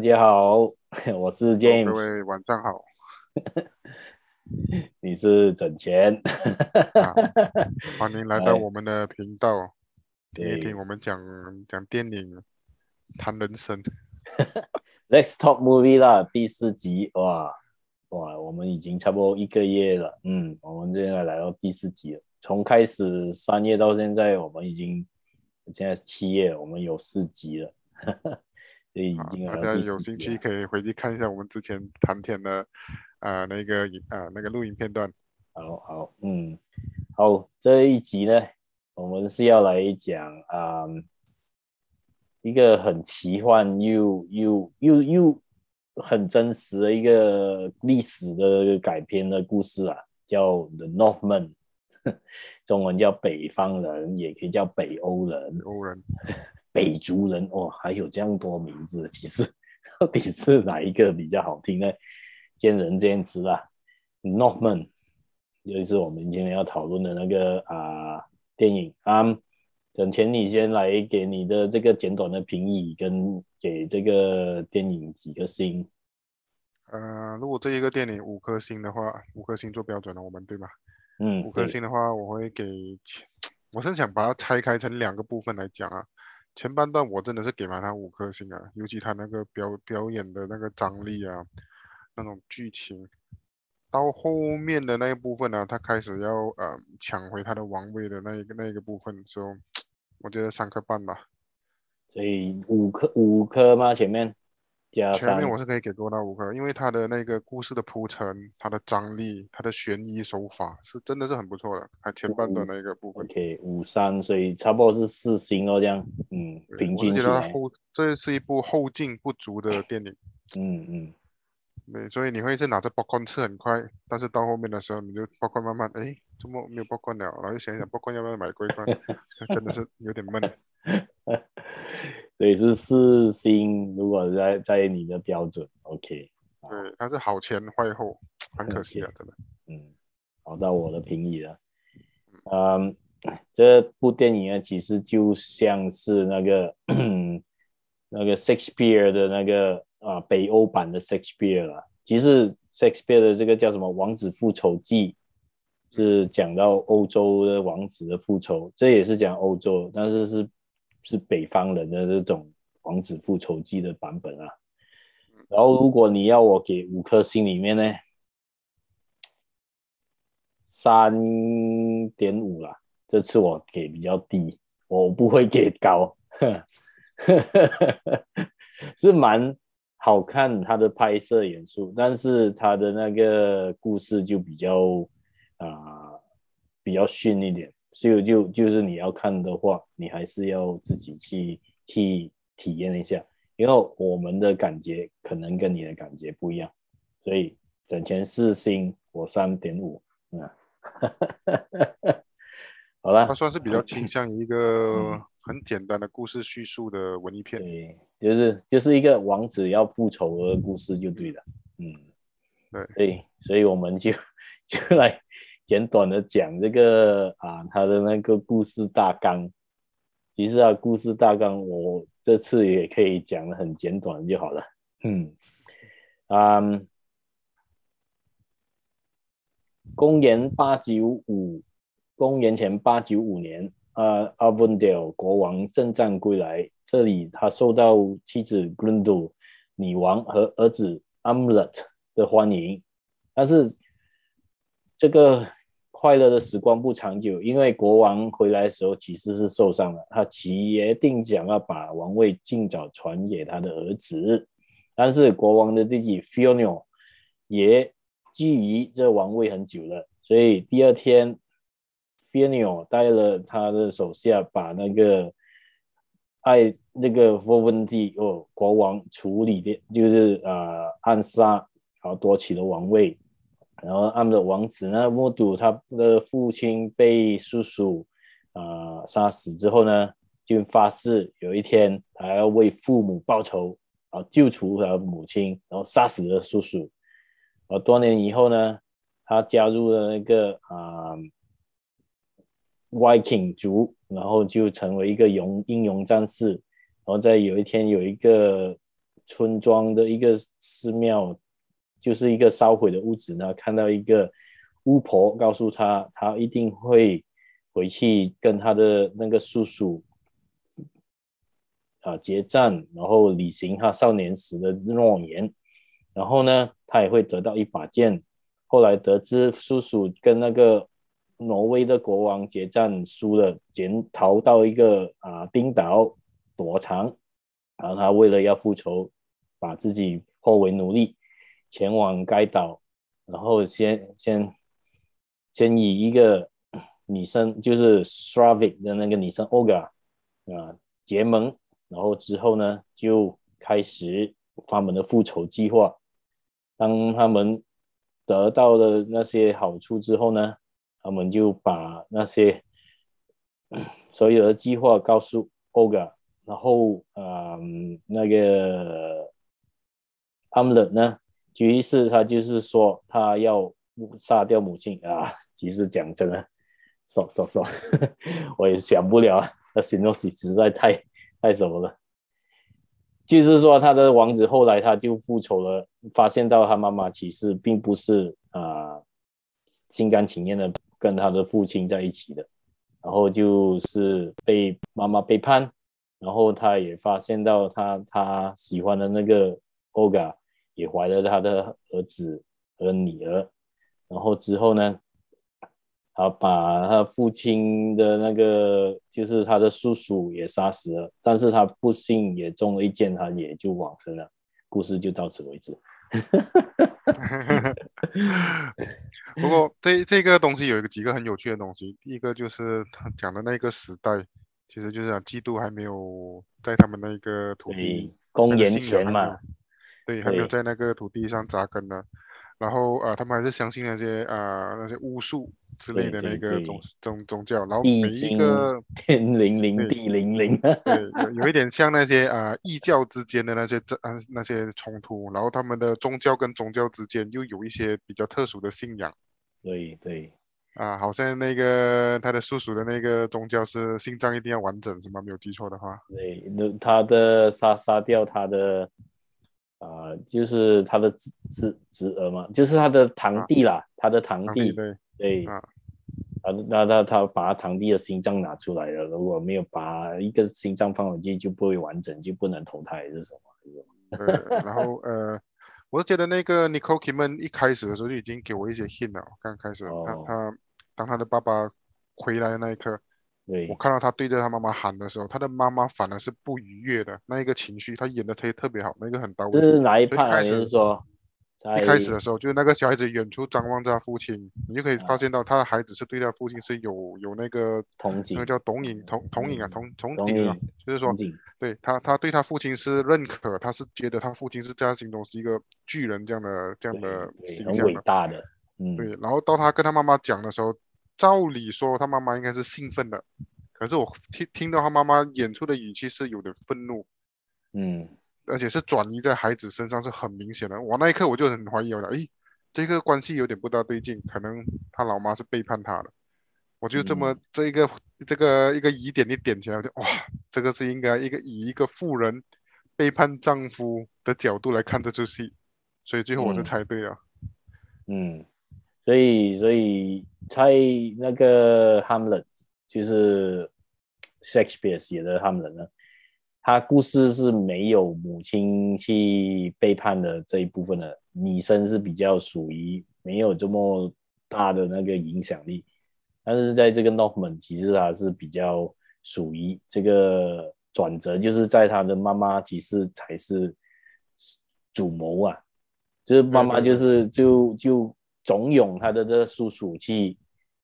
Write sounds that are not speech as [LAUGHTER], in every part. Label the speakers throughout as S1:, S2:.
S1: 家好， [LAUGHS] 我是 James，、
S2: 哦各位晚上好。
S1: 你是整钱，
S2: 啊欢迎来到
S1: 哎
S2: 我们的频道，听一
S1: 对
S2: 听我们讲讲电影，谈人生。
S1: [LAUGHS] Let's Talk Movie 啦，第四集哇哇，我们已经差不多一个月了，嗯，我们现在来到第四集了。从开始三月到现在，我们已经现在七月，我们有四集了， [LAUGHS] 所以已
S2: 啊
S1: 经来
S2: 大
S1: 到
S2: 家
S1: 第
S2: 有
S1: 四
S2: 兴
S1: 集
S2: 趣
S1: 了。
S2: 可以回去看一下我们之前谈天的啊那个影啊那个录影片段。
S1: 好好，嗯，好，这一集呢，我们是要来讲啊、嗯一个很奇幻又又又又很真实的一个历史的改编的故事啊，叫《The Northman》，中文叫北方人，也可以叫北欧人。
S2: 欧人
S1: 北族人哦，还有这样多名字，其实 [LAUGHS] 到底是哪一个比较好听呢？见仁见智啦。Norman，就是我们今天要讨论的那个啊、电影啊。等钱，你先来给你的这个简短的评语，跟给这个电影几个星。
S2: 呃，如果这一个电影五颗星的话，五颗星做标准了，我们对吧？
S1: 嗯，
S2: 五颗
S1: 对
S2: 星的话，我会给前，我是想把它拆开成两个部分来讲啊。前半段我真的是给满它五颗星啊，尤其他那个表表演的那个张力啊，那种剧情，到后面的那一部分呢、他开始要呃抢回他的王位的那一个那一个部分，所以我觉得三颗半吧。
S1: 所以五颗五颗吗？前面加
S2: 前
S1: 上
S2: 面我是可以给多到五颗，因为他的那个故事的铺陈、他的张力、他的悬疑手法是真的是很不错的，还前半
S1: 嗯
S2: 段那一个部分。
S1: ，OK，五三，所以差不多是四星哦，这样，嗯，
S2: 对
S1: 平
S2: 我是
S1: 均
S2: 觉
S1: 起
S2: 得它
S1: 来，
S2: 后这是一部后劲不足的电影，
S1: 嗯嗯。
S2: 对，所以你会是拿着 popcorn 吃很快，但是到后面的时候你就 popcorn 慢慢，哎，怎么没有 popcorn 了？然后就想一想 popcorn 要不要买过一
S1: [LAUGHS]
S2: 罐，真的是有点闷。
S1: [LAUGHS] 所以是四星，如果在在你的标准，OK，
S2: 对，它是好前坏后，很可惜啊，真的。
S1: 嗯，好到我的评语了。嗯，这部电影呢，其实就像是那个 [CLEARS THROAT] 那个 Shakespeare 的那个啊、北欧版的 Shakespeare 了。其实 Shakespeare 的这个叫什么《王子复仇记》，是讲到欧洲的王子的复仇，这也是讲欧洲，但是是是北方人的这种王子复仇记的版本啊。然后如果你要我给五颗星里面呢，三点五啦，这次我给比较低，我不会给高， [LAUGHS] 是蛮好看它的拍摄元素，但是它的那个故事就比较啊、比较逊一点，所以就就是你要看的话，你还是要自己去去体验一下，因为我们的感觉可能跟你的感觉不一样，所以整前四星我三点五，嗯， [LAUGHS] 好了
S2: 它，算是比较倾向于一
S1: 嗯
S2: 个很简单的故事叙述的文艺片。
S1: 对，就是就是一个王子要复仇的故事就对了，嗯，
S2: 对
S1: 对，所以我们就就来简短的讲这个啊，他的那个故事大纲。其实啊，故事大纲我这次也可以讲的很简短就好了，嗯，啊、公元八九五，公元前八九五年，呃，阿温德尔国王征战归来，这里他受到妻子 Grundle 女王和儿子 Amlet 的欢迎，但是这个快乐的时光不长久，因为国王回来的时候其实是受伤了，他决定想要把王位尽早传给他的儿子，但是国王的弟弟 Fionio 也觊觎这王位很久了，所以第二天 Fionio 带了他的手下把那个爱那个佛文帝哦国王处理的，就是呃暗杀，然后夺取了王位。然后他们的王子呢，目睹他的父亲被叔叔啊、呃杀死之后呢，就发誓有一天他要为父母报仇，然后救出他的母亲，然后杀死了叔叔。然后多年以后呢，他加入了那个啊、Viking 族，然后就成为一个勇英勇战士。然后在有一天有一个村庄的一个寺庙，就是一个烧毁的屋子呢，看到一个巫婆告诉他，他一定会回去跟他的那个叔叔啊结账，然后履行他少年时的诺言，然后呢，他也会得到一把剑。后来得知叔叔跟那个挪威的国王决战输了，潜逃到一个啊冰岛躲藏，然后他为了要复仇，把自己破为奴隶，前往该岛，然后先先先以一个女生就是 Slavic 的那个女生 Olga 啊结盟，然后之后呢就开始他们的复仇计划，当他们。得到了那些好处之后呢，他们就把那些 [COUGHS] 所有的计划告诉 Olga，然后嗯，那个 Amlet 呢，于是他就是说他要杀掉母亲啊。 [LAUGHS] 其实讲真的，说说说， [LAUGHS] 我也想不了啊，那形容词实在太太什么了。就是说，他的王子后来他就复仇了，发现到他妈妈其实并不是啊、呃、心甘情愿的跟他的父亲在一起的，然后就是被妈妈背叛，然后他也发现到他他喜欢的那个 Olga 也怀了他的儿子和女儿，然后之后呢，他把他父亲的那个，就是他的叔叔也杀死了，但是他不幸也中了一箭，他也就往生了。故事就到此为止。
S2: 不过这这个东西有一个几个很有趣的东西，一个就是他讲的那个时代，其实就是讲嫉妒还没有在他们那个土
S1: 对
S2: 地，，
S1: 公
S2: 那个
S1: 元
S2: 信仰
S1: 前嘛
S2: 还，对，还没有
S1: 对
S2: 在那个土地上扎根呢。然后呃，他们还是相信那些呃那些巫术之类
S1: 对
S2: 的
S1: 对
S2: 那个
S1: 对
S2: 宗宗宗教，然后每
S1: 地
S2: 一
S1: 精
S2: 个
S1: 天灵灵
S2: 对
S1: 地灵灵。啊
S2: 对，有有一点像那些啊、呃异教之间的那些争、啊那些冲突，然后他们的宗教跟宗教之间又有一些比较特殊的信仰
S1: [LAUGHS] 对对
S2: 啊，好像那个他的叔叔的那个宗教是心脏一定要完整，是吗？没有记错的话，
S1: 对，那他的杀杀掉他的啊、就是他的侄侄侄儿嘛，就是他的堂弟啦，他的堂
S2: 啊
S1: 弟。
S2: 对，
S1: 对，
S2: 啊
S1: 他那他他把他堂弟的心脏拿出来了，如果没有把一个心脏放回去，就不会完整，就不能投胎还是什么？
S2: 呃，然后呃，我是觉得那个 Nicole Kidman 一开始的时候就已经给我一些 hint 了，刚开始他
S1: 哦
S2: 他当他的爸爸回来的那一刻，
S1: 对
S2: 我看到他对着他妈妈喊的时候，他的妈妈反而是不愉悦的那一个情绪，他演的特特别好，那个很到
S1: 这
S2: 位。
S1: 是哪一
S2: 所以
S1: 派
S2: 一
S1: 啊？
S2: 开
S1: 你
S2: 始
S1: 是说在
S2: 一开始的时候，就是那个小孩子远处张望着他父亲，你就可以发
S1: 哎啊
S2: 现到他的孩子是对他父亲是有有那个
S1: 同
S2: 那个
S1: 景
S2: 叫同影同同影啊
S1: 嗯
S2: 同同
S1: 同
S2: 顶啊
S1: 影，
S2: 就是说
S1: 同景？
S2: 对他他对他父亲是认可，他是觉得他父亲是在他心中是一个巨人这样的这样
S1: 对
S2: 的
S1: 对，
S2: 形
S1: 很
S2: 象
S1: 伟
S2: 的。
S1: 大的，嗯，
S2: 对，然后到他跟他妈妈讲的时候，照理说他妈妈应该是兴奋的，可是我听听到他妈妈演出的语气是有点愤怒，
S1: 嗯，
S2: 而且是转移在孩子身上，是很明显的。我那一刻我就很怀疑我了，诶，这个关系有点不大对劲，可能他老妈是背叛他了。我就这么、
S1: 嗯
S2: 这一个这个一个疑点一点起来，我就哇，这个是应该一个以一个妇人背叛丈夫的角度来看这出戏，所以最后我是
S1: 嗯
S2: 猜对了。
S1: 嗯，所以所以在那个 Hamlet 就是 Shakespeare 写的 Hamlet 呢，他故事是没有母亲去背叛的这一部分的，女生是比较属于没有这么大的那个影响力，但是在这个 Norman 其实他是比较属于这个转折，就是在他的妈妈其实才是主谋啊，就是妈妈
S2: 对对
S1: 就是就就怂恿他的这个叔叔去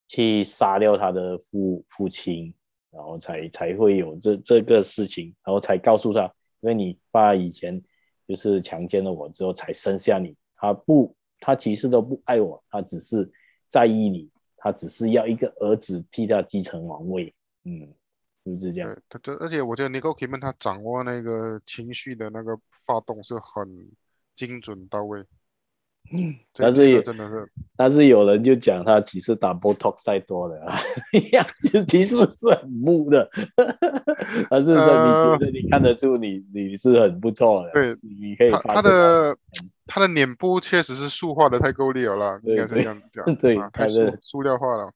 S1: 去杀掉他的父父亲，然后才才会有这这个事情，然后才告诉他，因为你爸以前就是强奸了我之后才生下你，他不，他其实都不爱我，他只是在意你，他只是要一个儿子替他继承王位，嗯，就是这样
S2: 对，，他这而且我觉得 Nicole Kidman 他掌握那个情绪的那个发动是很精准到位，这
S1: 嗯但
S2: 一
S1: 是
S2: 个
S1: 也
S2: 真的是
S1: 但是有人就讲他 [LAUGHS] 其实打 Botox 太多了、啊，其实是很木的，但是呢，你觉得你看得出你你是很不错的，
S2: 呃对，
S1: 你可以
S2: 他
S1: 发
S2: 他
S1: 出来
S2: 的他的脸部确实是塑化的太够力了啦，应该是
S1: 对
S2: 这样
S1: [LAUGHS]
S2: 讲，
S1: 对
S2: 啊
S1: 他
S2: 太
S1: 的
S2: 塑塑料化了。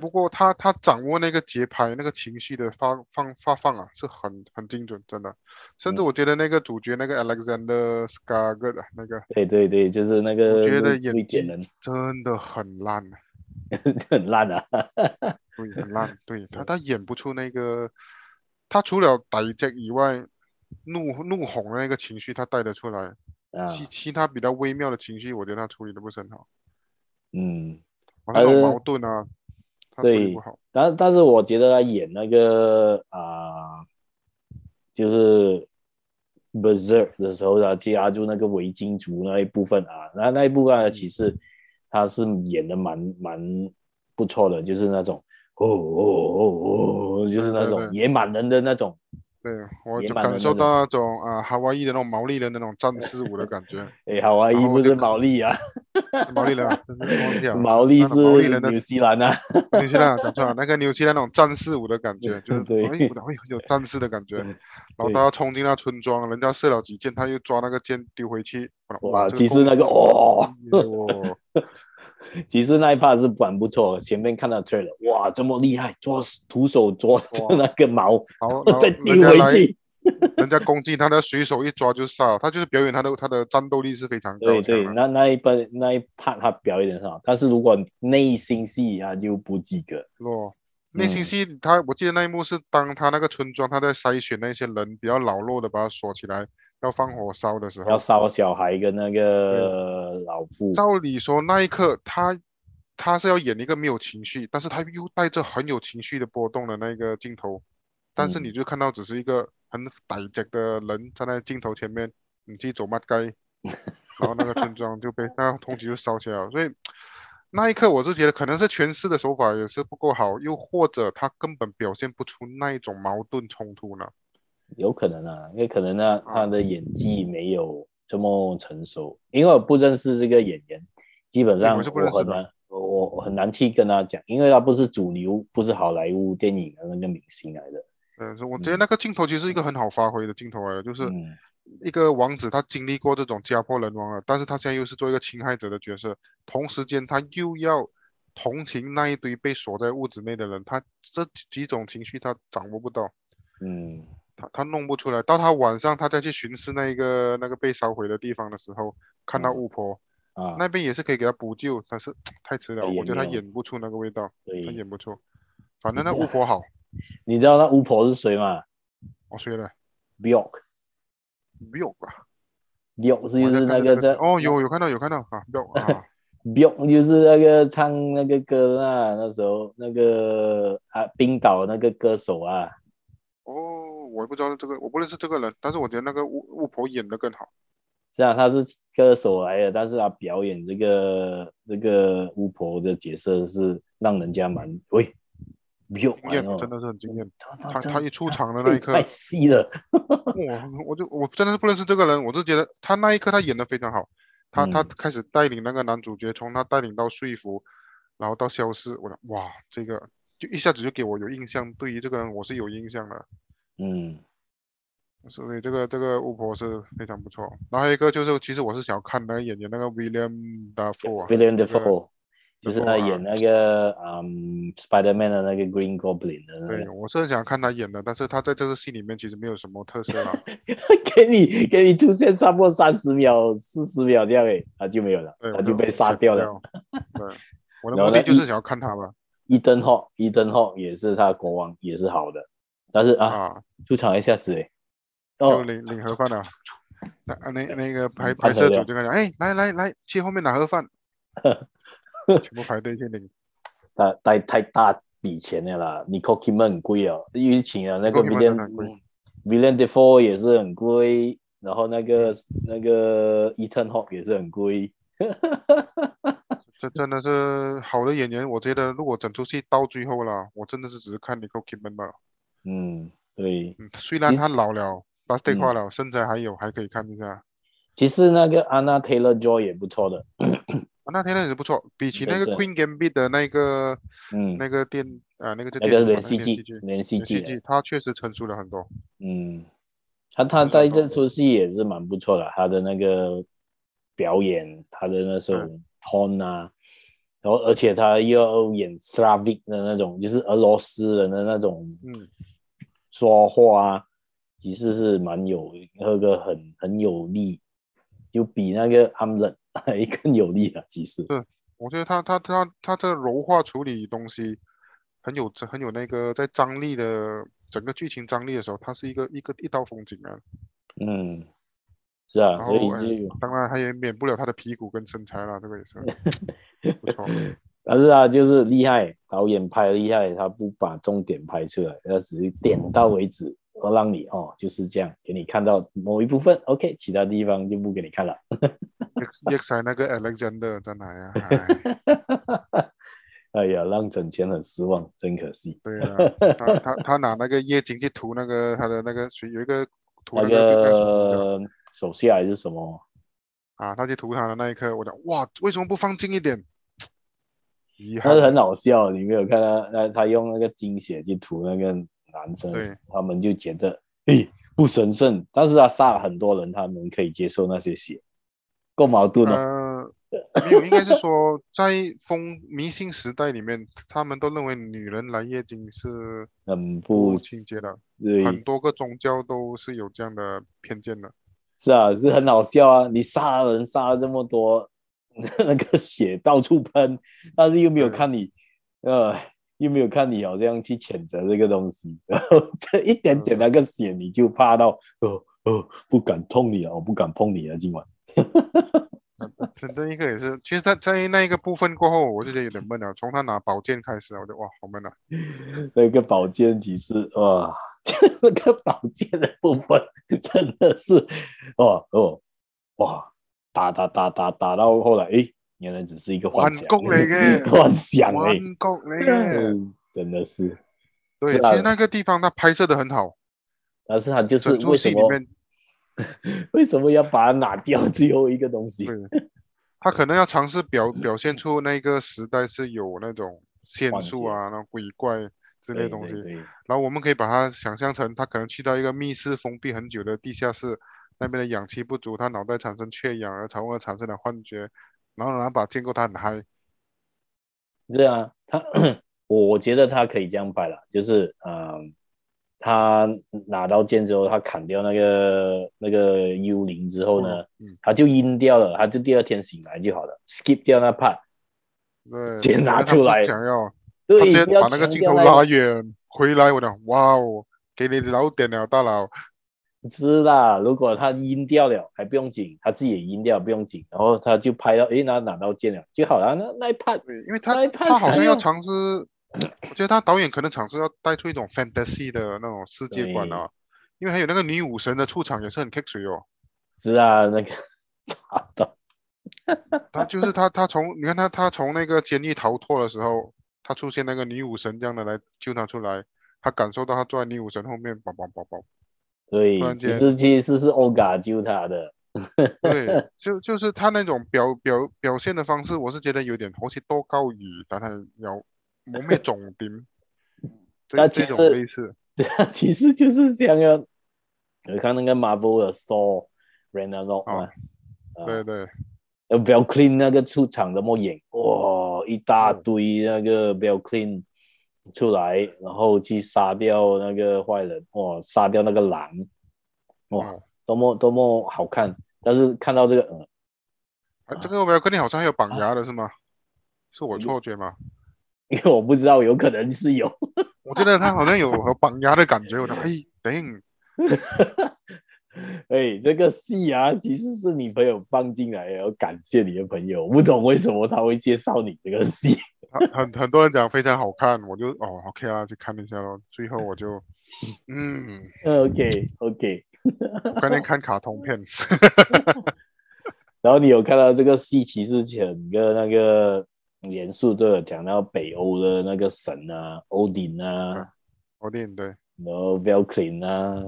S2: 不过他他掌握那个节拍、那个情绪的发放发放啊，是很很精准，真的。甚至
S1: 嗯
S2: 我觉得那个主角那个 Alexander Skarsgård 啊那个
S1: 对对对，就是那个
S2: 我觉得
S1: 瑞
S2: 演
S1: 瑞典
S2: 技
S1: 人 [LAUGHS]
S2: 真的很烂啊，
S1: 很烂啊，
S2: 对，很烂，对他他演不出那个，他除了打击以外，怒怒吼的那个情绪他带得出来，
S1: 啊，
S2: 其其他比较微妙的情绪，我觉得他处理的不是很好。
S1: 嗯。
S2: 啊那种
S1: 呃
S2: 矛盾啊，他处理
S1: 对
S2: 不好。
S1: 但但是我觉得他演那个啊、就是 Berserk 的时候，他加入那个维京族那一部分啊，那那一部分啊其实他是演的蛮蛮不错的，就是那种哦哦哦哦，就是那种
S2: 对对
S1: 野蛮人的那种，
S2: 对，我
S1: 野
S2: 就
S1: 蛮
S2: 感
S1: 人
S2: 受
S1: 那
S2: 到那种啊，夏威夷的那种毛利人那种战士舞的感觉。
S1: 哎，好啊，
S2: 然
S1: 伊
S2: 后
S1: 不
S2: 就是
S1: 毛利啊，
S2: 毛利人啊，真是忘
S1: [LAUGHS]
S2: 记了
S1: 毛利
S2: 那
S1: 是
S2: 种毛利人的
S1: 纽西兰啊，
S2: 纽西兰讲错了，那个纽西兰那种战士舞的感
S1: [LAUGHS]
S2: 觉，就是
S1: 对
S2: 哎，我会有战士的感
S1: [LAUGHS]
S2: 觉。然后
S1: 对
S2: 他要冲进那村庄，人家射了几箭，他又抓那个箭丢回去。
S1: 哇，
S2: 这
S1: 其实
S2: 攻
S1: 那个哦，
S2: 哦，
S1: 其实那一 part 是蛮不错的，前面看到 trailer，哇，这么厉害，抓徒手抓着那个毛，[LAUGHS]
S2: 然后然后
S1: 再
S2: 人
S1: 丢
S2: 家
S1: 回
S2: 来，
S1: 去。
S2: 人家攻击他，他随手一抓就杀了。他就是表演他的他的战斗力是非常高
S1: 对
S2: 强
S1: 对，
S2: 的。啊
S1: 那那一本那一 part 他表演得很好，但是如果内心戏啊就不及格。
S2: 哦，内心
S1: 嗯
S2: 戏他，我记得那一幕是当他那个村庄他在筛选那些人比较老弱的，把他锁起来，要放火烧的时
S1: 要
S2: 候，
S1: 烧小孩跟那个老妇，
S2: 照理说那一刻他他是要演一个没有情绪，但是他又带着很有情绪的波动的那个镜头，但是
S1: 嗯
S2: 你就看到只是一个很呆着的人站在镜头前面，你去走马街，然后那个村庄就被那个通缉就烧起来了，所以。那一刻，我是觉得可能是诠释的手法也是不够好，又或者他根本表现不出那一种矛盾冲突呢。
S1: 有可能啊，因为可能呢他
S2: 哦
S1: 的演技没有这么成熟，因为我不认识这个演员，基本
S2: 对
S1: 上
S2: 我是不认
S1: 我
S2: 识
S1: 很
S2: 的
S1: 难我我我很难去跟他讲，因为他不是主流，不是好莱坞电影的那个明星来的。
S2: 嗯，所以我觉得
S1: 嗯
S2: 那个镜头其实是一个很好发挥的镜头来的，就是
S1: 嗯。
S2: 一个王子他经历过这种家破人亡了，但是他现在又是做一个侵害者的角色，同时间他又要同情那一堆被锁在屋子内的人，他这几种情绪他掌握不到，
S1: 嗯
S2: 他他弄不出来。到他晚上他再去巡视那一个那个被烧毁的地方的时候，看到
S1: 嗯
S2: 巫婆
S1: 啊，
S2: 那边也是可以给他补救，但是太迟了，
S1: 他演
S2: 我觉得他
S1: 没有
S2: 演不出那个味道，
S1: 所
S2: 他
S1: 以
S2: 演不出。反
S1: 哎
S2: 正那巫婆好，
S1: 你知道那巫婆是谁吗
S2: 我学了
S1: ？Bjork。
S2: 没有吧？
S1: Bjork 是
S2: 我
S1: 就
S2: 在
S1: 是那
S2: 看这
S1: 个在
S2: 哦，有有看到有看到啊，不要啊
S1: Bjork 就是那个唱那个歌啊，那时候那个啊冰岛那个歌手啊，
S2: 哦，我也不知道这个，我不认识这个人，但是我觉得那个巫巫婆演的更好。
S1: 虽然他是歌手来的，但是他表演这个这个巫婆的角色是让人家蛮喂 Bjork
S2: 惊艳，
S1: 哦
S2: 嗯真的是很惊艳。
S1: 他
S2: 他他一出场的
S1: 他
S2: 那一刻
S1: 太，细了，
S2: 我我就我真的是不认识这个人，我就觉得他那一刻他演的非常好，他他
S1: 嗯
S2: 开始带领那个男主角，从他带领到说服，然后到消失，我的哇，这个就一下子就给我有印象，对于这个人我是有印象的，
S1: 嗯
S2: 所以这个这个巫婆是非常不错。然后还有一个就是，其实我是想看那个演员那个 William Dafoe 啊
S1: v i l l i a n
S2: 这个
S1: Defoe 就是他
S2: Dafoe 啊
S1: 演那个嗯 Spider-Man 的那个 Green Goblin 的那个
S2: 对，我是很想看他演的，但是他在这个戏里面其实没有什么特
S1: [LAUGHS]
S2: 色啦。
S1: 给你给你出现差不多三十秒、四十秒这样诶，他就没有了
S2: 对，，
S1: 他
S2: 我
S1: 就被杀掉了。。 [LAUGHS]
S2: 对，我
S1: 然
S2: 的目
S1: 后
S2: 的
S1: 呢
S2: 就是
S1: 一
S2: 想要看他嘛。
S1: 伊登霍，伊登霍也是他国王，也是好的，但是啊，
S2: 啊，
S1: 出场一下子诶，
S2: 就
S1: 哦，
S2: 领领盒饭啊。那啊那那个拍
S1: 嗯
S2: 拍
S1: 看
S2: 摄
S1: 得
S2: 组
S1: 了
S2: 就跟他讲，哎，来来来，去后面拿
S1: [LAUGHS]
S2: 盒饭，全部排队去领。
S1: 他太太大笔钱了啦，你 Cocky 们很贵哦，因为请了那个
S2: Nicole Kidman 真的很贵
S1: William William Defoe 也是很贵，然后那个那个伊登霍也是很贵，
S2: 这真的是好的演员，我觉得如果整出戏到最后了，我真的是只是看 Nicole Kidman 吧。
S1: 嗯，对。
S2: 嗯，虽然
S1: 其实
S2: 他老了，他 s
S1: 嗯
S2: 化了，身材还有，还可以看一下。啊
S1: 其实那个 Anna Taylor Joy 也不错的，
S2: 啊那天那是不错，比起那个
S1: 对
S2: Queen Gambit 的那个
S1: 嗯，
S2: 那个电啊那个叫
S1: 那
S2: 电
S1: 个
S2: 脑
S1: 连
S2: 那个
S1: 续
S2: 电视
S1: 剧
S2: 剧，
S1: 连续
S2: 连
S1: 剧
S2: 续
S1: 的，
S2: 剧，他确实成熟了很多。
S1: 嗯，他他在这出戏也是蛮不错的，他的那个表演，他的
S2: 嗯
S1: 那种 tone 啊，然后而且他又要演 Slavic 的那种，就是俄罗斯人的那种
S2: 嗯，
S1: 说话啊，其实是蛮有那个很很有力，就比那个 Hamlet 还更有力了，其实，
S2: 我觉得他他他他这柔化处理东西很有很有那个在张力的整个剧情张力的时候，它是一个一个一道风景啊。
S1: 嗯，是啊，
S2: 然
S1: 所以
S2: 后
S1: 就。
S2: 当然，他也免不了他的屁股跟身材啦，这个也是
S1: [LAUGHS]
S2: 不错。
S1: 但是他就是厉害，导演拍厉害，他不把重点拍出来，他只是点到为止，我让你哦就是这样，给你看到某一部分，OK，其他地方就不给你看了。
S2: 叶塞那个 Alexander 在哪呀？哎，
S1: 哎呀，让整钱很失望，真可惜。
S2: 对啊，他他他拿那个夜景去涂那个他的那个谁有一个涂
S1: 那
S2: 那个冰袋鼠的
S1: 个手下还是什么，
S2: 啊，他去涂他的那一刻，我讲哇，为什么不放近一点？遗
S1: 他
S2: 憾
S1: 是，很好笑，你没有看他，他他用那个精血去涂那个男生的时候，他们就觉得诶不神圣，但是他啊杀了很多人，他们可以接受那些血，够矛盾哦了、
S2: 呃，没有，应该是说在封迷信时代里面，他们都认为女人来夜景是
S1: 很不
S2: 不清洁的，
S1: 对。
S2: 很多个宗教都是有这样的偏见的。
S1: 是啊，是很好笑啊！你杀人杀了这么多， [LAUGHS] 那个血到处喷，但是又没有看你，呃，又没有看你好像去谴责这个东西，然后这一点点那个血你就怕到，哦哦，不敢碰你啊，我不敢碰你啊，今晚。
S2: 陈真一个也是，其实他在那一个部分过后，我就觉得有点闷了。从他拿宝剑开始，我就哇，好闷啊！
S1: 那个宝剑骑士，哇， [LAUGHS] 那个宝剑的部分真的是，哦哦，哇，打打打打打到后来，诶，原来只是一个幻想，
S2: 玩具嚟
S1: [LAUGHS]
S2: 嘅
S1: 幻想
S2: 弯
S1: 诶。
S2: 够那个，
S1: 嗯真的是，
S2: 对，
S1: 是啊
S2: 其实那个地方他拍摄的很好，
S1: 但是他就是
S2: 整出
S1: 为什
S2: 戏里
S1: 么
S2: 面，
S1: 为什么要把它拿掉 [LAUGHS] 最后一个东西？
S2: 对， [LAUGHS] 他可能要尝试表
S1: 嗯
S2: 表现出那个时代是有那种仙
S1: 幻
S2: 术
S1: 觉
S2: 啊，那种鬼怪之类
S1: 对
S2: 的东西。
S1: 对对
S2: 然后我们可以把它想象成，他可能去到一个密室封闭很久的地下室，那边的氧气不足，他脑袋产生缺氧，而从而产生了幻觉，然后拿把剑过他很嗨，
S1: 对啊，他我我觉得他可以这样摆了，就是嗯，他拿到剑之后，他砍掉那个那个幽灵之后呢，
S2: 嗯，
S1: 他就阴掉了，他就第二天醒来就好了，skip 掉那 part。
S2: 对，
S1: 剑
S2: 可
S1: 拿
S2: 能他
S1: 出
S2: 不
S1: 来
S2: 想要，
S1: 对，
S2: 他直接
S1: 不要
S2: 把那个
S1: 强
S2: 镜
S1: 调
S2: 头
S1: 那个
S2: 拉远回来，我讲哇哦，给你老点了，大佬，
S1: 是啦，如果他阴掉了还不用紧，他自己也阴掉不用紧，然后他就拍到，诶，那拿到剑了就好了，那那一 part
S2: 对，因为他
S1: 那一
S2: 他好
S1: part 才
S2: 像
S1: 要
S2: 要尝试，我觉得他导演可能尝试要带出一种 fantasy 的那种世界观啊，因为还有那个女武神的出场也是很 kick
S1: [LAUGHS]
S2: 水哦，
S1: 是啊，那个 [LAUGHS] 查到，
S2: 他就是他，他从你看他，他从那个监狱逃脱的时候，他出现那个女武神这样的来救他出来，他感受到他坐在女武神后面，梆梆梆梆，
S1: 对
S2: 突，然
S1: 其
S2: 间
S1: 实其实是欧嘎救他的， [LAUGHS]
S2: 对，就就是他那种表表表现的方式，我是觉得有点好似多高語，但係有冇咩重
S1: [LAUGHS]
S2: 點，
S1: 那
S2: 這
S1: 其
S2: 這種
S1: 實
S2: 類似，
S1: 其实就是想要，你看那个 Marvel 的 Thor Ragnarok
S2: 哦
S1: 嘛，啊
S2: 对对，
S1: 呃 v e l c l i n 那个出场的末影，哇，一大堆那个 v e l c l i n 出来，然后去杀掉那个坏人，哇，杀掉那个狼，哇
S2: 嗯，
S1: 多么多么好看！但是看到这个，呃
S2: 啊，這個我有跟你好像還有綁牙的是嗎？是我錯覺嗎？
S1: 因為我不知道，有可能是有，
S2: 我
S1: 啊
S2: 覺得他好像有有綁牙的感覺，我覺得哎頂，
S1: [LAUGHS] 哎，这个戏啊，其实是你朋友放进来的，要感谢你的朋友。我不懂为什么他会介绍你这个戏， [LAUGHS]
S2: 很很很多人講非常好看，我就哦 OK 啊，去看一下咯。最後
S1: [LAUGHS]
S2: 我就嗯，
S1: OK OK，
S2: 我刚才看卡通片，
S1: 然后你有看到这个戏，其实整个那个元素都有讲到北欧的那个神啊，欧丁啊，
S2: 嗯我练对。
S1: 然后 v e l c l i n 啊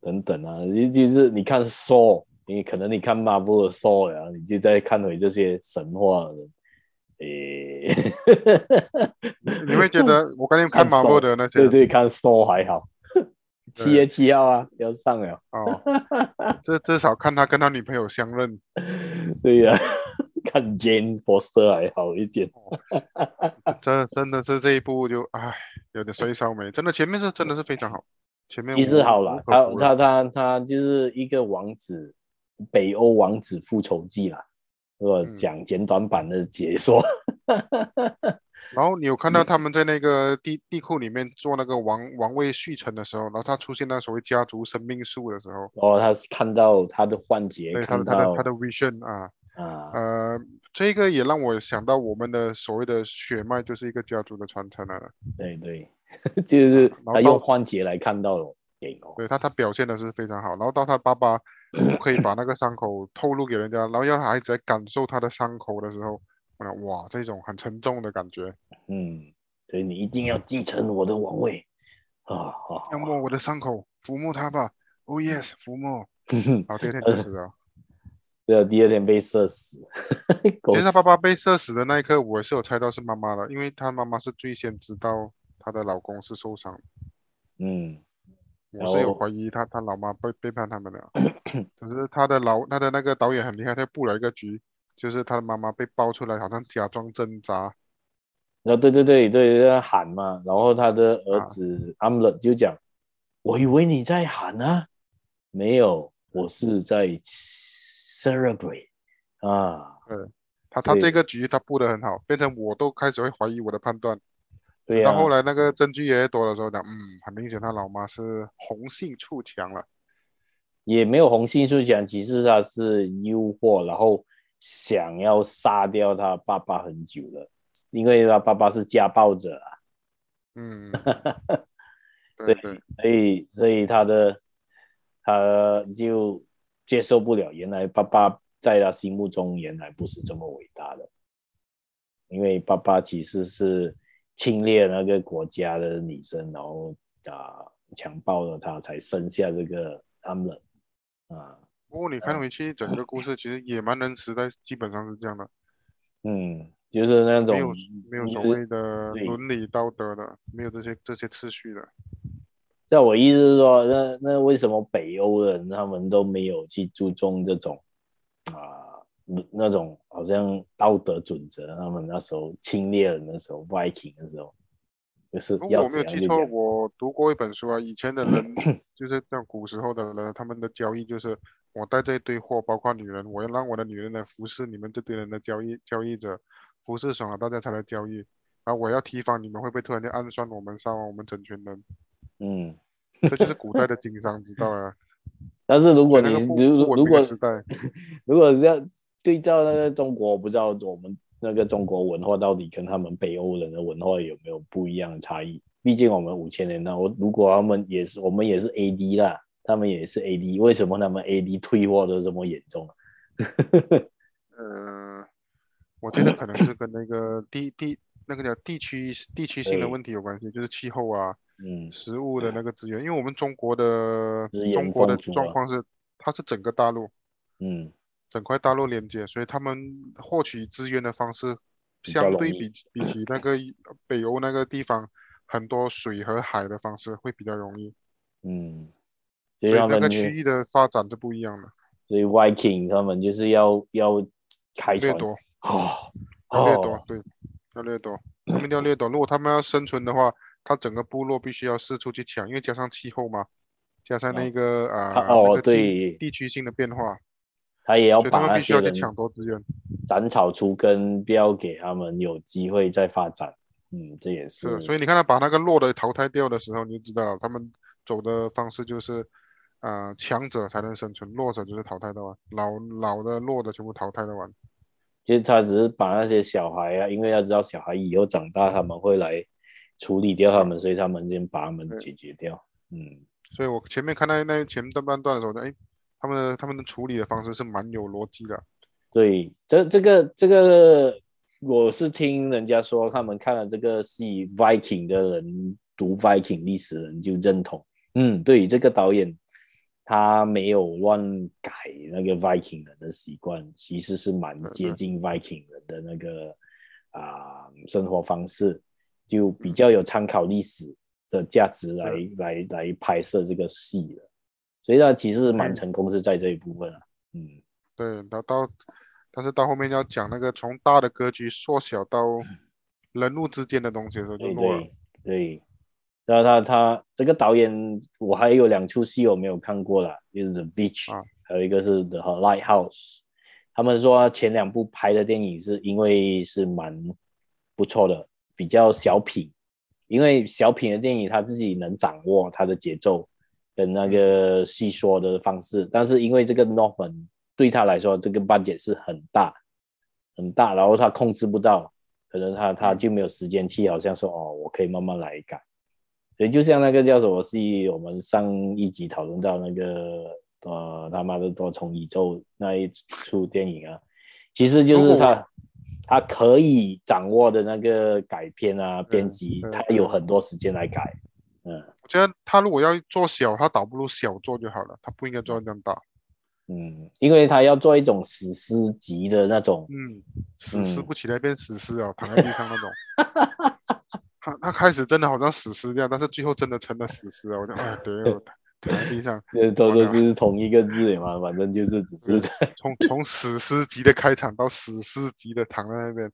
S1: 等等啊，就就是你看 Saw 你可能你看 Marvel 的 Saw 呀，你就在看回这些神话的，诶、
S2: 你会觉得我刚才看
S1: 看手
S2: Marvel 的那些
S1: 嗯对对，看 Saw 还
S2: [LAUGHS]
S1: 好，七月七号啊要上了，
S2: 哦，这至少看他跟他女朋友相认，
S1: 对呀、 [LAUGHS] 看 Jane Foster 还好一点，啊
S2: 真真的是这一部就唉有点衰烧眉，真的前面是真的是非常好，前面
S1: 其实
S2: 无
S1: 好
S2: 无
S1: 了，
S2: 可
S1: 他
S2: 否认
S1: 他他他就是一个王子，北欧王子复仇记啦。如果
S2: 嗯
S1: 讲简短版的解说， [LAUGHS]
S2: 然后你有看到
S1: 嗯
S2: 他们在那个地地库里面做那个王王位续承的时候，然后他出现那所谓家族生命树的时候，
S1: 然哦后他是看到他的幻觉，
S2: 对他
S1: 看
S2: 的他的
S1: 到
S2: 他的 vision 啊，
S1: 啊，
S2: 呃，这个也让我想到我们的所谓的血脉就是一个家族的传承啊，
S1: 对对， [LAUGHS] 就是
S2: 然
S1: 他
S2: 后到
S1: 用幻觉来看到了给哦我，
S2: 对他他表现的是非常好，然后到他爸爸不可以把那个伤口透露给人家，然后要孩子来感受他的伤口的时候，啊哇，这种很沉重的感觉，
S1: 嗯，所以你一定要继承我的王位啊啊！
S2: 要摸我的伤口，抚摸他吧，Oh yes，抚
S1: [LAUGHS]
S2: 摸，然后第二天就死了。
S1: 对啊，第二天被射死，狗
S2: 其实他
S1: 屎
S2: 爸爸被射死的那一刻，我是有猜到是妈妈的，因为她妈妈是最先知道她的老公是受伤的，
S1: 嗯，
S2: 我是有
S1: 哦
S2: 怀疑她她老妈背背叛他
S1: [LAUGHS]
S2: 们的。可是她的老她的那个导演很厉害，他布了一个局，就是她的妈妈被爆出来，好像假装挣扎，
S1: 然后对对对对，在喊嘛，然后他的
S2: 啊
S1: 儿子 Amlet 就讲，我以为你在喊啊，没有，我是在 celebrate 啊，
S2: 她她这
S1: 对
S2: 个局她布的很好，变成我都开始会怀疑我的判断。
S1: 对
S2: 直
S1: 呀、
S2: 到后来那个证据越来越多的时候呢，嗯，很明显她老妈是红杏出墙了。
S1: 也没有红杏出墙，其实他是诱惑，然后想要杀掉他爸爸很久了，因为他爸爸是家暴者啊，，
S2: 嗯
S1: [LAUGHS] 对
S2: 对对。
S1: 所以所以他的他就接受不了，原来爸爸在他心目中原来不是这么伟大的，因为爸爸其实是侵略那个国家的女生，然后啊、强暴了她，才生下这个他们啊，
S2: 不过你看回去整个故事，其实野蛮人时代基本上是这样的，
S1: 嗯，就是那
S2: 没
S1: 种
S2: 有没有
S1: 你
S2: 所
S1: 是
S2: 谓的
S1: 对
S2: 伦理道德的，没有这些这些次序的。
S1: 在我意思是说，那那为什么北欧人他们都没有去注重这种啊、那种好像道德准则？他们那时候侵略人的时候，Viking 的时候，就是
S2: 如果
S1: 要
S2: 哦我没
S1: 怎
S2: 有
S1: 样
S2: 记
S1: 就
S2: 错，
S1: 讲
S2: 我读过一本书啊，以前的人
S1: [COUGHS]
S2: 就是像古时候的人，他们的交易就是我带这一堆货，包括女人，我要让我的女人来服侍你们这堆人的交易交易者，服侍爽了大家才来交易。然后我要提防你们会不会突然间暗算我们，杀完我们整群人，
S1: 嗯。
S2: 这就是古代的经商之道啊。
S1: 但是如果你
S2: 那个不
S1: 如
S2: 不
S1: 如如
S2: 文明的
S1: 果
S2: 时代，
S1: 如果是要对照那个中国，我不知道我们那个中国文化到底跟他们北欧人的文化有没有不一样的差异？毕竟我们五千年了，我如果他们也是我们也是 AD 啦，他们也是 AD，为什么他们 AD 退货都这么严重啊？
S2: 呃，我觉得可能是跟那个地地那个叫地区地区性的
S1: 对
S2: 问题有关系，就是气候啊、
S1: 嗯
S2: 食物的那个资源，因为我们中国的
S1: 资源
S2: 中国的
S1: 丰足
S2: 状
S1: 啊
S2: 况是，它是整个大陆
S1: 嗯，
S2: 整块大陆连接，所以他们获取资源的方式
S1: 比较
S2: 相
S1: 容
S2: 对
S1: 易
S2: 比比起那个北欧那个地方，很多水和海的方式会比较容易，
S1: 嗯，所
S2: 所
S1: 以
S2: 以
S1: 他们
S2: 那个
S1: 就
S2: 区域的发展是不一样的，
S1: 所以 Viking 他们就是要要开
S2: 掠
S1: 船
S2: 夺。
S1: 哦
S2: 要掠夺
S1: 哦，，
S2: 对，要掠夺，他们一定要掠夺。如果他们要生存的话，他整个部落必须要四处去抢，因为加上气候嘛，加上那
S1: 啊
S2: 个啊、
S1: 他
S2: 那
S1: 哦
S2: 个地
S1: 对，
S2: 地区性的变化，
S1: 他也要
S2: 所以他
S1: 把
S2: 们
S1: 那
S2: 必须
S1: 些
S2: 要去
S1: 人
S2: 抢夺资源。
S1: 斩草除根，不要给他们有机会再发展。嗯，这也是
S2: 是，所以你看他把那个弱的淘汰掉的时候，你就知道了，他们走的方式就是，啊、强者才能生存，弱者就是淘汰的完，老老的弱的全部淘汰的完。
S1: 就是他只是把那些小孩啊，因为要知道小孩以后长
S2: 嗯
S1: 大他们会来处理掉他们，所以他们先把他们
S2: 对
S1: 解决掉。嗯，
S2: 所以我前面看到那前半段的时候，哎，他们的他们的处理的方式是蛮有逻辑的。
S1: 对，这这个这个我是听人家说，他们看了这个戏《Viking》的人读《Viking》历史的人就认同，嗯，对，这个导演他没有乱改那个 Viking 人的习惯，其实是蛮接近 Viking 人的那个啊、生活方式，就比较有参考历史的价值来、来来拍摄这个戏的，所以他其实蛮成功是在这一部分啊，嗯，
S2: 对，到到，但是到后面要讲那个从大的格局缩小到人物之间的东西的时候就
S1: 对
S2: 弱了
S1: 对。对，然后他他这个导演，我还有两出戏我没有看过啦，就是 The Beach，、
S2: 啊
S1: 还有一个是 The Lighthouse。他们说前两部拍的电影是因为是蛮不错的，比较小品，因为小品的电影他自己能掌握他的节奏跟那个
S2: 嗯
S1: 细说的方式，但是因为这个 Norman 对他来说这个 budget 是很大很大，然后他控制不到，可能
S2: 嗯
S1: 他他就没有时间去，好像说哦，我可以慢慢来改。所以就像那个叫什么戏，我们上一集讨论到那个呃他妈的多重宇宙那一出电影啊，其实就是
S2: 如
S1: 他他可以掌握的那个改编啊编辑
S2: 嗯，
S1: 他有很多时间来改。嗯
S2: 我觉得他如果要做小，他倒不如小做就好了，他不应该做这样大。
S1: 嗯，因为他要做一种史诗级的那种，
S2: 嗯，死尸
S1: 嗯
S2: 不起来变死尸啊，躺在地上
S1: [LAUGHS]
S2: 那种。他他开始真的好像死尸一样，但是最后真的成了死尸啊！我就哎，对，我躺在地上，
S1: 呃都都是同一个字嘛，反正就是只是在
S2: 从从史诗级的开场到史诗级的躺在那边，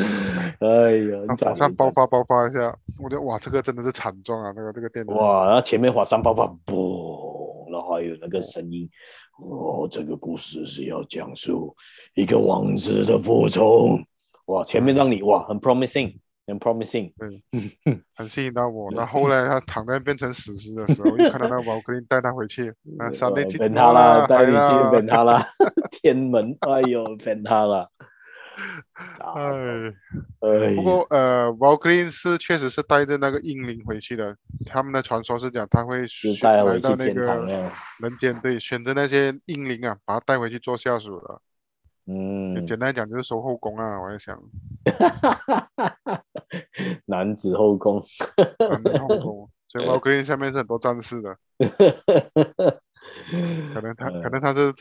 S1: [LAUGHS] 哎呀，很
S2: 往
S1: 惨
S2: 上爆发爆发一下，我觉得哇，这个真的是惨状啊！这个这个电影，
S1: 哇，然后前面华山爆发，嘣，然后还有那个声音。哦，这个故事是要讲述一个王子的复仇。哇，前面让你哇很 promising，很 promising。
S2: 很吸引到我。然后后来他躺在变成死尸的时候，一看到
S1: [LAUGHS]
S2: 那个宝格丽带他回去，啊，三内去
S1: 本他啦，呃带你去
S2: 本
S1: 本他
S2: [LAUGHS]
S1: 啦，天门，哎呦，本他啦。
S2: 哎。
S1: 哎
S2: 不
S1: 呦，
S2: 过呃 v a l k y r i 是确实是带着那个英灵回去的，他们的传说是讲他会
S1: 就
S2: 选
S1: 带
S2: 来
S1: 回去
S2: 到那
S1: 天堂
S2: 个 [LAUGHS]
S1: 了。
S2: 人间，对，选择那些英灵啊，把他带回去做下属了。
S1: 嗯，
S2: 简单讲就是收后宫啊，我
S1: [LAUGHS]
S2: 在想，
S1: 男子后宫。 [LAUGHS]
S2: 反正后宫。所以 v a l k y r i 下面是很多战士的，可能
S1: 嗯
S2: 他可能他是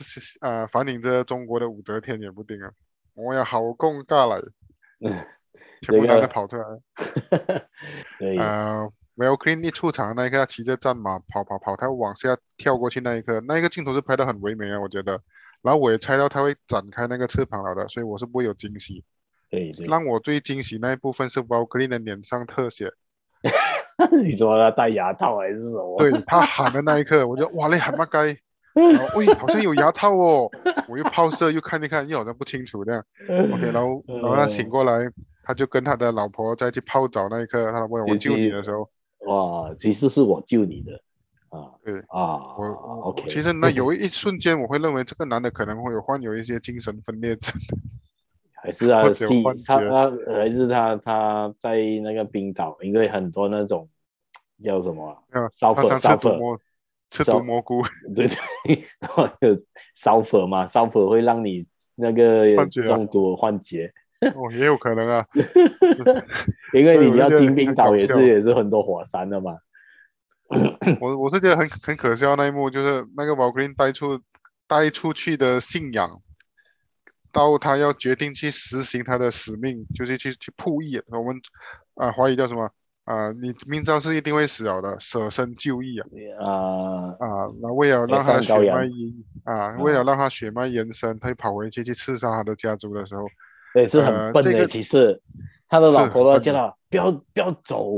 S2: 呃反映着中国的武则天也不定啊。我要好共尬来，
S1: 嗯
S2: 全部
S1: 这个
S2: 男的跑出来。
S1: 对，
S2: 呃 v a l k y r i 一出场那一刻，他骑着战马跑跑跑，他往下跳过去那一刻，那一个镜头是拍的很唯美啊，我觉得。然后我也猜到他会展开那个翅膀了的，所以我是不会有惊喜。
S1: 对对。
S2: 让我最惊喜那一部分是 v a l k y r i 的脸上特写，
S1: [LAUGHS] 你说他戴牙套还是什么？
S2: 对他喊的那一刻，我就哇嘞喊妈该，
S1: [LAUGHS]
S2: 然后喂好像有牙套哦，我又抛射又看一看，又好像不清楚这样。OK，然后
S1: 嗯
S2: 然后他醒过来，他就跟他的老婆再去泡澡那一刻，他老婆我
S1: 姐姐
S2: 救你的时候，
S1: 哇，其实是我救你的啊，
S2: 对
S1: 啊
S2: 我
S1: ，OK，
S2: 其实呢，有一瞬间我会认为这个男的可能会有患有一些精神分裂症，
S1: 还是他
S2: 我
S1: 的
S2: 只有
S1: 戏
S2: 幻，觉
S1: 他他还是他他在那个冰岛，因为很多那种叫什么啊、
S2: 啊
S1: 烧
S2: 他
S1: 粉
S2: 常
S1: 烧
S2: 吃毒
S1: 粉
S2: 蘑吃
S1: 烧
S2: 毒
S1: [LAUGHS]
S2: 蘑菇，
S1: 对对， [LAUGHS] 然后有烧火嘛，烧火会让你那个
S2: 幻觉啊
S1: 中毒幻觉，
S2: 哦，也有可
S1: [LAUGHS]
S2: 能啊。
S1: 因为
S2: 对
S1: 你
S2: 我
S1: 要
S2: 就觉得
S1: 进冰岛也
S2: 很搞
S1: 是
S2: 笑
S1: 也是很多火山的嘛，
S2: 我我是觉得很很可笑那一幕，就是那个 v a l k r i n 带出带出去的信仰，到他要决定去实行他的使命，就是去去仆役。我们啊，华语叫什么啊？你明知道是一定会死了的，舍身就义啊。
S1: 啊、
S2: 啊，那为了让他的
S1: 上高
S2: 血
S1: 阳嗯
S2: 脉延啊，为了让他血脉延伸，他就跑回去去刺杀他的家族的时候，
S1: 也是
S2: 呃
S1: 很笨的、
S2: 这个
S1: 其实他的老
S2: 是
S1: 婆都
S2: 很
S1: 叫
S2: 笨
S1: 他不要不要走，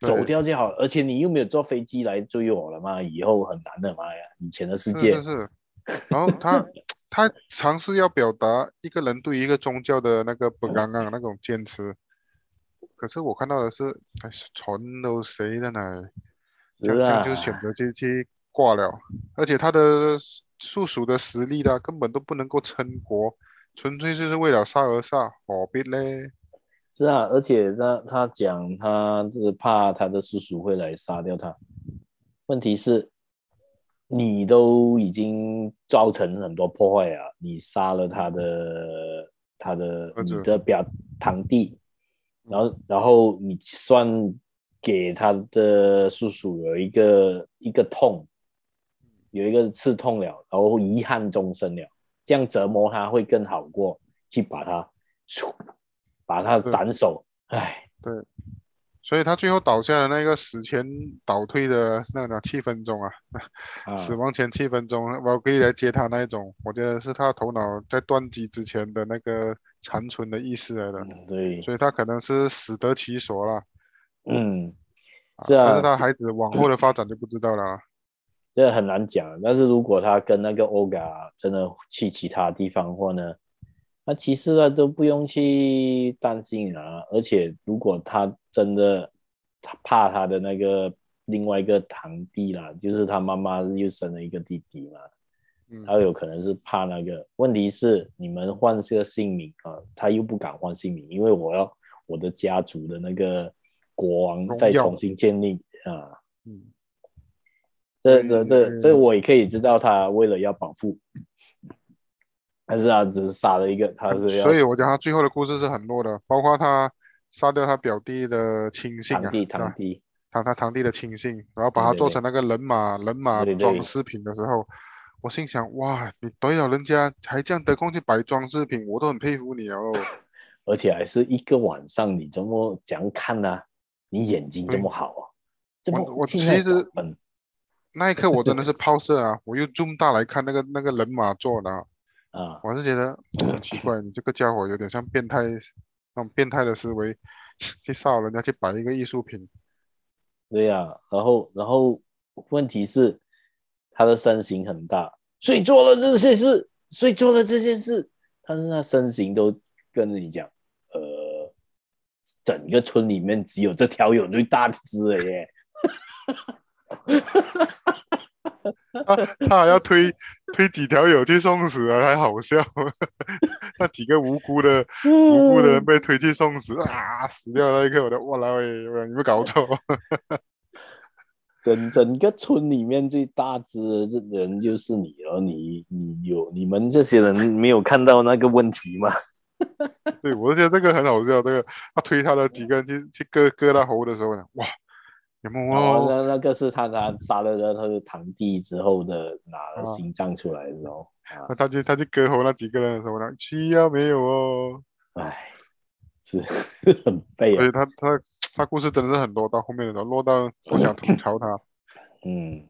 S2: 对
S1: 走掉就好，而且你又没有坐飞机来追我了嘛，以后很难的嘛呀，以前的世
S2: 是
S1: 界
S2: 是是，然后
S1: [LAUGHS]
S2: 他他尝试要表达一个人对于一个宗教的那个不刚刚那种坚持，可是我看到的是，哎，全都谁的呢？这样
S1: 啊
S2: 这样就选择去去挂了，而且他的附属的实力呢，根本都不能够撑国，纯粹就是为了杀而杀，何必嘞？
S1: 是啊，而且他他讲他是怕他的叔叔会来杀掉他，问题是，你都已经造成很多破坏啊，你杀了他的他的
S2: 儿子
S1: 你的表堂弟，然后然后你算给他的叔叔有一个一个痛，有一个刺痛了，然后遗憾终身了，这样折磨他会更好过去把他，把他斩首。唉，
S2: 所以他最后倒下的那个死前倒退的那个七分钟啊，
S1: 啊，
S2: 死亡前七分钟，我可以来接他那一种，我觉得是他头脑在断机之前的那个残存的意识来的，
S1: 嗯对，
S2: 所以他可能是死得其所了。
S1: 嗯，
S2: 啊
S1: 是啊
S2: 但是他
S1: 是
S2: 孩子往后的发展就不知道了啊。
S1: 这很难讲。啊但是如果他跟那个 Oga 真的去其他地方的话呢，那其实啊都不用去担心啊。而且如果他真的他怕他的那个另外一个堂弟啦，就是他妈妈又生了一个弟弟嘛，
S2: 嗯，
S1: 他有可能是怕那个。问题是你们换这个姓名啊，他又不敢换姓名，因为我要我的家族的那个国王
S2: 荣
S1: 再
S2: 耀
S1: 重新建立啊。
S2: 嗯，
S1: 这
S2: 嗯
S1: 这这
S2: 嗯
S1: 这我也可以知道，他为了要保护，但是他只是杀了一个，他是啊要
S2: 所以我讲他最后的故事是很弱的，包括他杀掉他表弟的亲信啊，
S1: 堂弟
S2: 对吧
S1: 堂弟，
S2: 他他堂弟的亲信，然后把他
S1: 对对
S2: 做
S1: 对
S2: 成那个人马人马
S1: 对对
S2: 装饰品的时候，我心想哇，你怼了人家还这样得空去摆装饰品，我都很佩服你哦。
S1: 而且还是一个晚上，你怎么讲看呢、你眼睛这么好啊？这么
S2: 我我
S1: 现在
S2: 其实
S1: 怎么
S2: 那一刻我真的是抛射啊，我又 zoom 大来看那个那个人马做的啊，
S1: 啊，
S2: 我还是觉得很奇怪，你这个家伙有点像变态那种变态的思维，去骚扰人家去摆一个艺术品，
S1: 对呀、然后然后问题是他的身形很大，谁做了这些事？谁做了这些事？但是他身形都跟着你讲，呃，整个村里面只有这条友最大只了耶。
S2: 他啊他还要推推几条友去送死啊，还好笑， [LAUGHS] 那几个无辜的。 [LAUGHS] 无辜的
S1: 嗯
S2: 人被推去送死啊，死掉那一刻，我的哇啦喂，有没有搞错？ [LAUGHS]
S1: 整整个村里面最大只的这人就是你了，你你有你们这些人没有看到那个问题吗？ [LAUGHS]
S2: 对，我就觉得这个很好笑。这个他推他的几个人去去割割他喉的时候呢，哇，有没有？
S1: 然后那那个是他杀杀了他的堂弟之后的拿了
S2: 啊
S1: 心脏出来的时候，
S2: 那他去他去割喉那几个人的时候呢，需要没有哦？
S1: 唉，是 [LAUGHS] 很废
S2: 所
S1: 啊
S2: 以。他他他故事真的是很多，到后面的时候落到我想吐槽他，
S1: 嗯，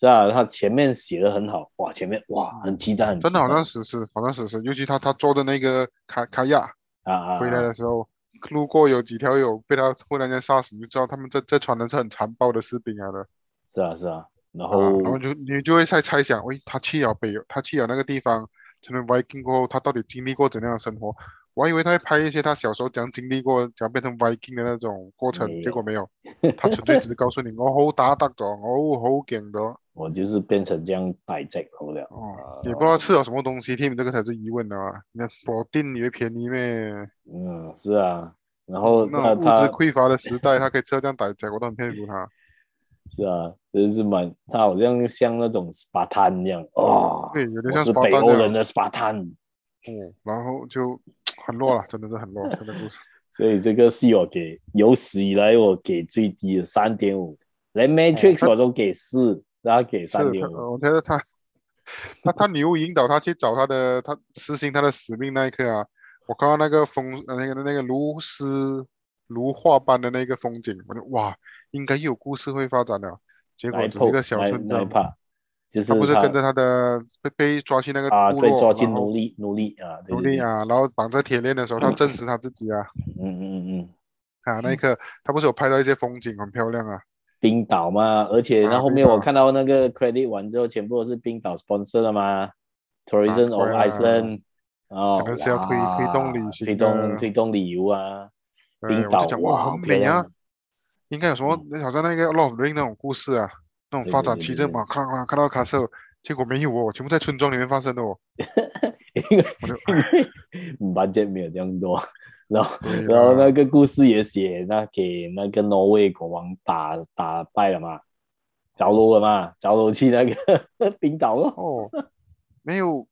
S1: 是啊，他前面写的很好，哇，前面哇很期待，很
S2: 真的
S1: 期
S2: 好
S1: 待
S2: 像史诗，好像史诗。尤其他他做的那个卡卡亚
S1: 啊啊
S2: 回来
S1: 啊
S2: 的时候。路过有几条友被他忽然间杀死，你就知道他们这这船人是很残暴的士兵来的。
S1: 是啊是啊，然
S2: 啊，
S1: 后
S2: 然后就你就会在猜想，喂，他去了北，他去了那个地方，成为 Viking 过后，他到底经历过怎样的生活？我还以为他会拍一些他小时候怎样经历过，怎样变成 Viking 的那种过程，
S1: 没
S2: 结
S1: 有
S2: 果没有，他纯粹只是告诉你，我好打得咗，我好勁咗，
S1: 我就是变成这样摆正头了，
S2: 哦，也不知道吃了什么东西，Tim 这个才是疑问的嘛。你看保定你会便宜咩？
S1: 嗯，是啊，然后
S2: 嗯
S1: 那
S2: 那种物质
S1: 他
S2: 匮乏的时代，他可以吃到这样歹仔，我都很佩服他。
S1: 是啊，真是蛮他好像像那种 Spartan 一样哦，
S2: 对，有
S1: 我
S2: 点像
S1: 是
S2: Spartan
S1: 北
S2: 那
S1: 欧
S2: 样
S1: 人的 Spartan，
S2: 哦，然后就很弱了，真的是很弱，真的故事。
S1: 所以这个是我给有史以来我给最低的三点五，连
S2: [LAUGHS]
S1: Matrix 我都给四，然后给
S2: 哎是，呃
S1: 三点
S2: 他
S1: 五，
S2: 我觉
S1: [LAUGHS]
S2: 得他，他他女巫引导他去找他的，他实行他的使命那一刻啊，我看到那个风，呃那个那个如诗如画般的那个风景，我就哇，应该又有故事会发展了。结
S1: 来
S2: 果只是一个
S1: poke
S2: 小村
S1: 来来
S2: 庄，
S1: 怕，就是
S2: 他不是跟着他的被被抓去那个
S1: 啊，
S2: 部
S1: 对，
S2: 落
S1: 抓进
S2: 然
S1: 奴
S2: 后
S1: 隶奴隶啊，对
S2: 奴
S1: 对
S2: 隶
S1: 对，
S2: 啊，然后绑着铁链的时候，他证实他自己啊 [LAUGHS]
S1: 嗯嗯嗯嗯，
S2: 啊，那一刻他不是有拍到一些风景很漂亮啊，
S1: 冰岛嘛，而且
S2: 啊
S1: 那后面
S2: 冰岛
S1: 我看到那个 credit 完之后，全部都是冰岛 sponsor 的嘛，Tourism of
S2: 对啊
S1: Iceland，哦，
S2: 可能是要推
S1: 哇
S2: 推动旅行
S1: 推
S2: 的
S1: 动推动旅游啊，
S2: 对
S1: 冰
S2: 我就
S1: 岛
S2: 讲哇
S1: 哇，
S2: 很
S1: 漂
S2: 美啊
S1: 亮，
S2: 应该有什么，好像那个《Lord of the Ring》那种故事啊，那种
S1: 嗯对
S2: 发
S1: 对
S2: 展
S1: 对
S2: 期
S1: 对
S2: 正
S1: 对
S2: 嘛，看看看到卡特，结果没有哦，全部在村庄里面发生的哦。
S1: 因为
S2: 我就哎
S1: 因为嗯 budget 没有这样多，然后
S2: 对啊
S1: 然后那
S2: 啦
S1: 个故事也写，那给那个挪威国王打打败了嘛，着陆了嘛，着陆去那个 [LAUGHS] 冰岛咯。
S2: 哦，没有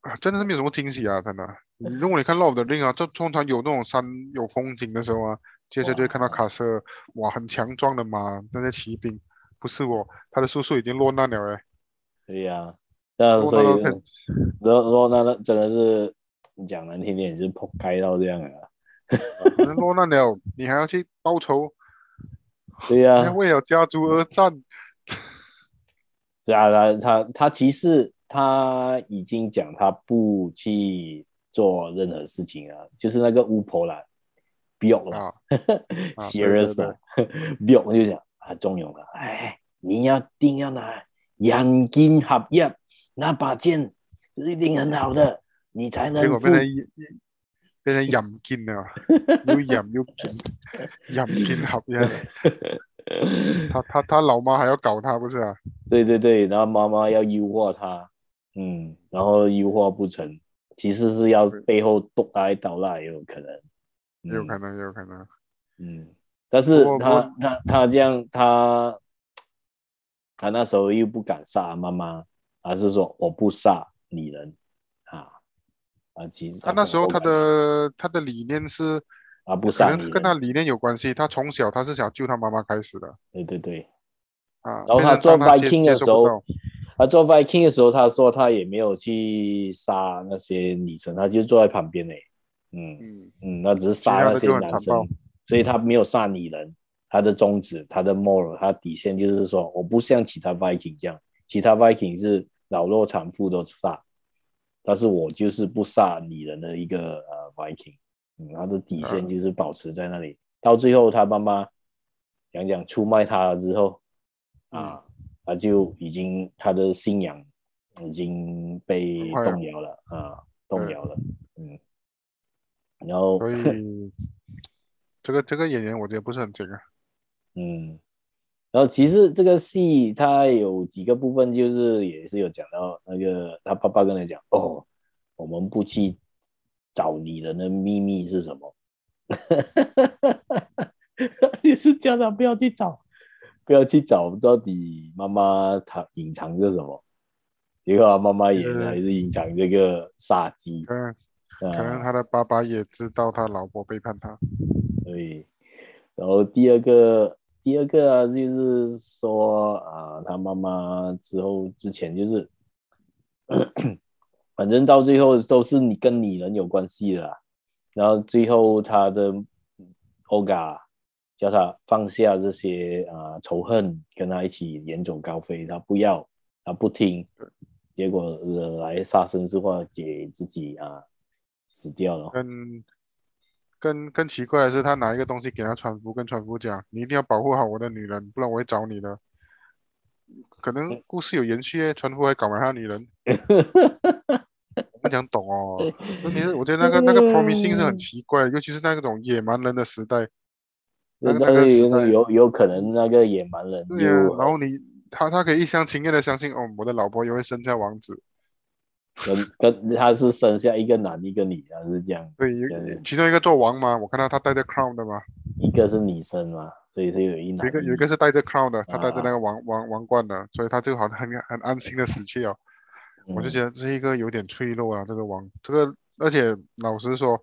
S2: 啊，真的是没有什么惊喜啊，真的。你如果你看《Lord of the Ring》啊，就通常有那种山有风景的时候啊，接着就会看到
S1: 哇
S2: 卡特，哇，很强壮的马，那些骑兵，不是哦，他的叔叔已经落难了哎，
S1: 对呀、那
S2: 不
S1: 所
S2: 过
S1: 以
S2: 那都
S1: 呢，罗罗纳那真的是你讲难听点，就是扑街到这样啊。
S2: 人落难了，你还要去报仇，
S1: 对呀、
S2: 还要为了家族而战。
S1: 是啊，他他他其实他已经讲他不去做任何事情啊，就是那个巫婆啦，不用 [LAUGHS] 了。
S2: 啊，
S1: serious
S2: 对
S1: 的，不用就讲啊，中庸了，哎，你要定要拿阳金合一，那把剑是一定很好的，你才
S2: 结
S1: 能
S2: 果
S1: 复
S2: 变成一一变成啊淫剑了，又淫又淫淫剑
S1: [LAUGHS]
S2: 合一了。他他他老妈还要搞他不是啊？
S1: 对对对，然后妈妈要诱惑他，嗯，然后诱惑不成，其实是要背后毒打一刀啦，也有可能，
S2: 也有
S1: 嗯
S2: 可能，也有可能。
S1: 嗯，但是
S2: 我
S1: 他
S2: 我
S1: 他他这样，他他那时候又不敢杀妈妈，而是说我不杀你人啊啊，其实
S2: 他那时候他
S1: 不敢杀
S2: 的他的理念是，
S1: 啊不
S2: 可
S1: 杀
S2: 能
S1: 你人
S2: 跟他理念有关系。他从小他是想救他妈妈开始的
S1: 对对对，
S2: 啊。
S1: 然后他
S2: 变成
S1: 做
S2: 当他接
S1: Viking 的
S2: 接
S1: 时
S2: 受不
S1: 候
S2: 到，
S1: 他做 Viking 的时候，他说他也没有去杀那些女生，他就坐在旁边嘞，嗯
S2: 嗯，
S1: 嗯，那只是杀那些男
S2: 其他的就很
S1: 生，所以他没有杀女人，他的宗旨、他的 moral、他的底线就是说，我不像其他 Viking 这样，其他 Viking 是老弱产妇都杀，但是我就是不杀女人的一个呃 Viking，嗯，他的底线就是保持在那里，到最后他妈妈讲讲出卖他了之后，啊，他就已经他的信仰已经被
S2: 很快了
S1: 动摇了啊，动摇了，嗯，然后
S2: 嗯所以这个这个演员我觉得不是很精啊。
S1: 嗯，然后其实这个戏它有几个部分，就是也是有讲到那个他爸爸跟他讲哦，我们不去找你人的秘密是什么， [LAUGHS] 就是叫他不要去找，不要去找到底妈妈她隐藏着什么，结果他妈妈也
S2: 就是
S1: 还是隐藏这个杀机，
S2: 可能
S1: 啊
S2: 可能他的爸爸也知道他老婆背叛他，
S1: 对，然后第二个，第二个啊，就是说啊，他妈妈之后之前就是， [COUGHS] 反正到最后都是你跟女人有关系的啦。然后最后他的 Oga 叫他放下这些啊、仇恨，跟他一起远走高飞，他不要，他不听，结果惹来杀身之祸，姐自己啊死掉了。
S2: 更更更奇怪的是，他拿一个东西给他船夫，跟船夫讲：“你一定要保护好我的女人，不然我会找你的。”可能故事有延续耶，船夫还搞埋他女人，我不想懂哦。问题是，我觉得那个那个 promising 是很奇怪的，尤其是那种野蛮人的时代。那
S1: 那
S2: 个
S1: 那
S2: 那个时
S1: 个
S2: 代
S1: 有有可能那个野蛮人就
S2: 对呀、啊然后你他他可以一厢情愿的相信，哦，我的老婆也会生下王子。
S1: 跟跟他是生下一个男一个女，他是这样，
S2: 对，
S1: 对
S2: 其中一个做王嘛，我看到他戴着 crown 的嘛，
S1: 一个是女生嘛，所以是有一男
S2: 有一个有一
S1: 女
S2: 个是戴着 crown 的，他戴着
S1: 啊
S2: 那个王王王冠的，所以他就好像很很安心的死去哦。我就
S1: 嗯
S2: 觉得这一个有点脆弱啊，这个王，这个而且老实说，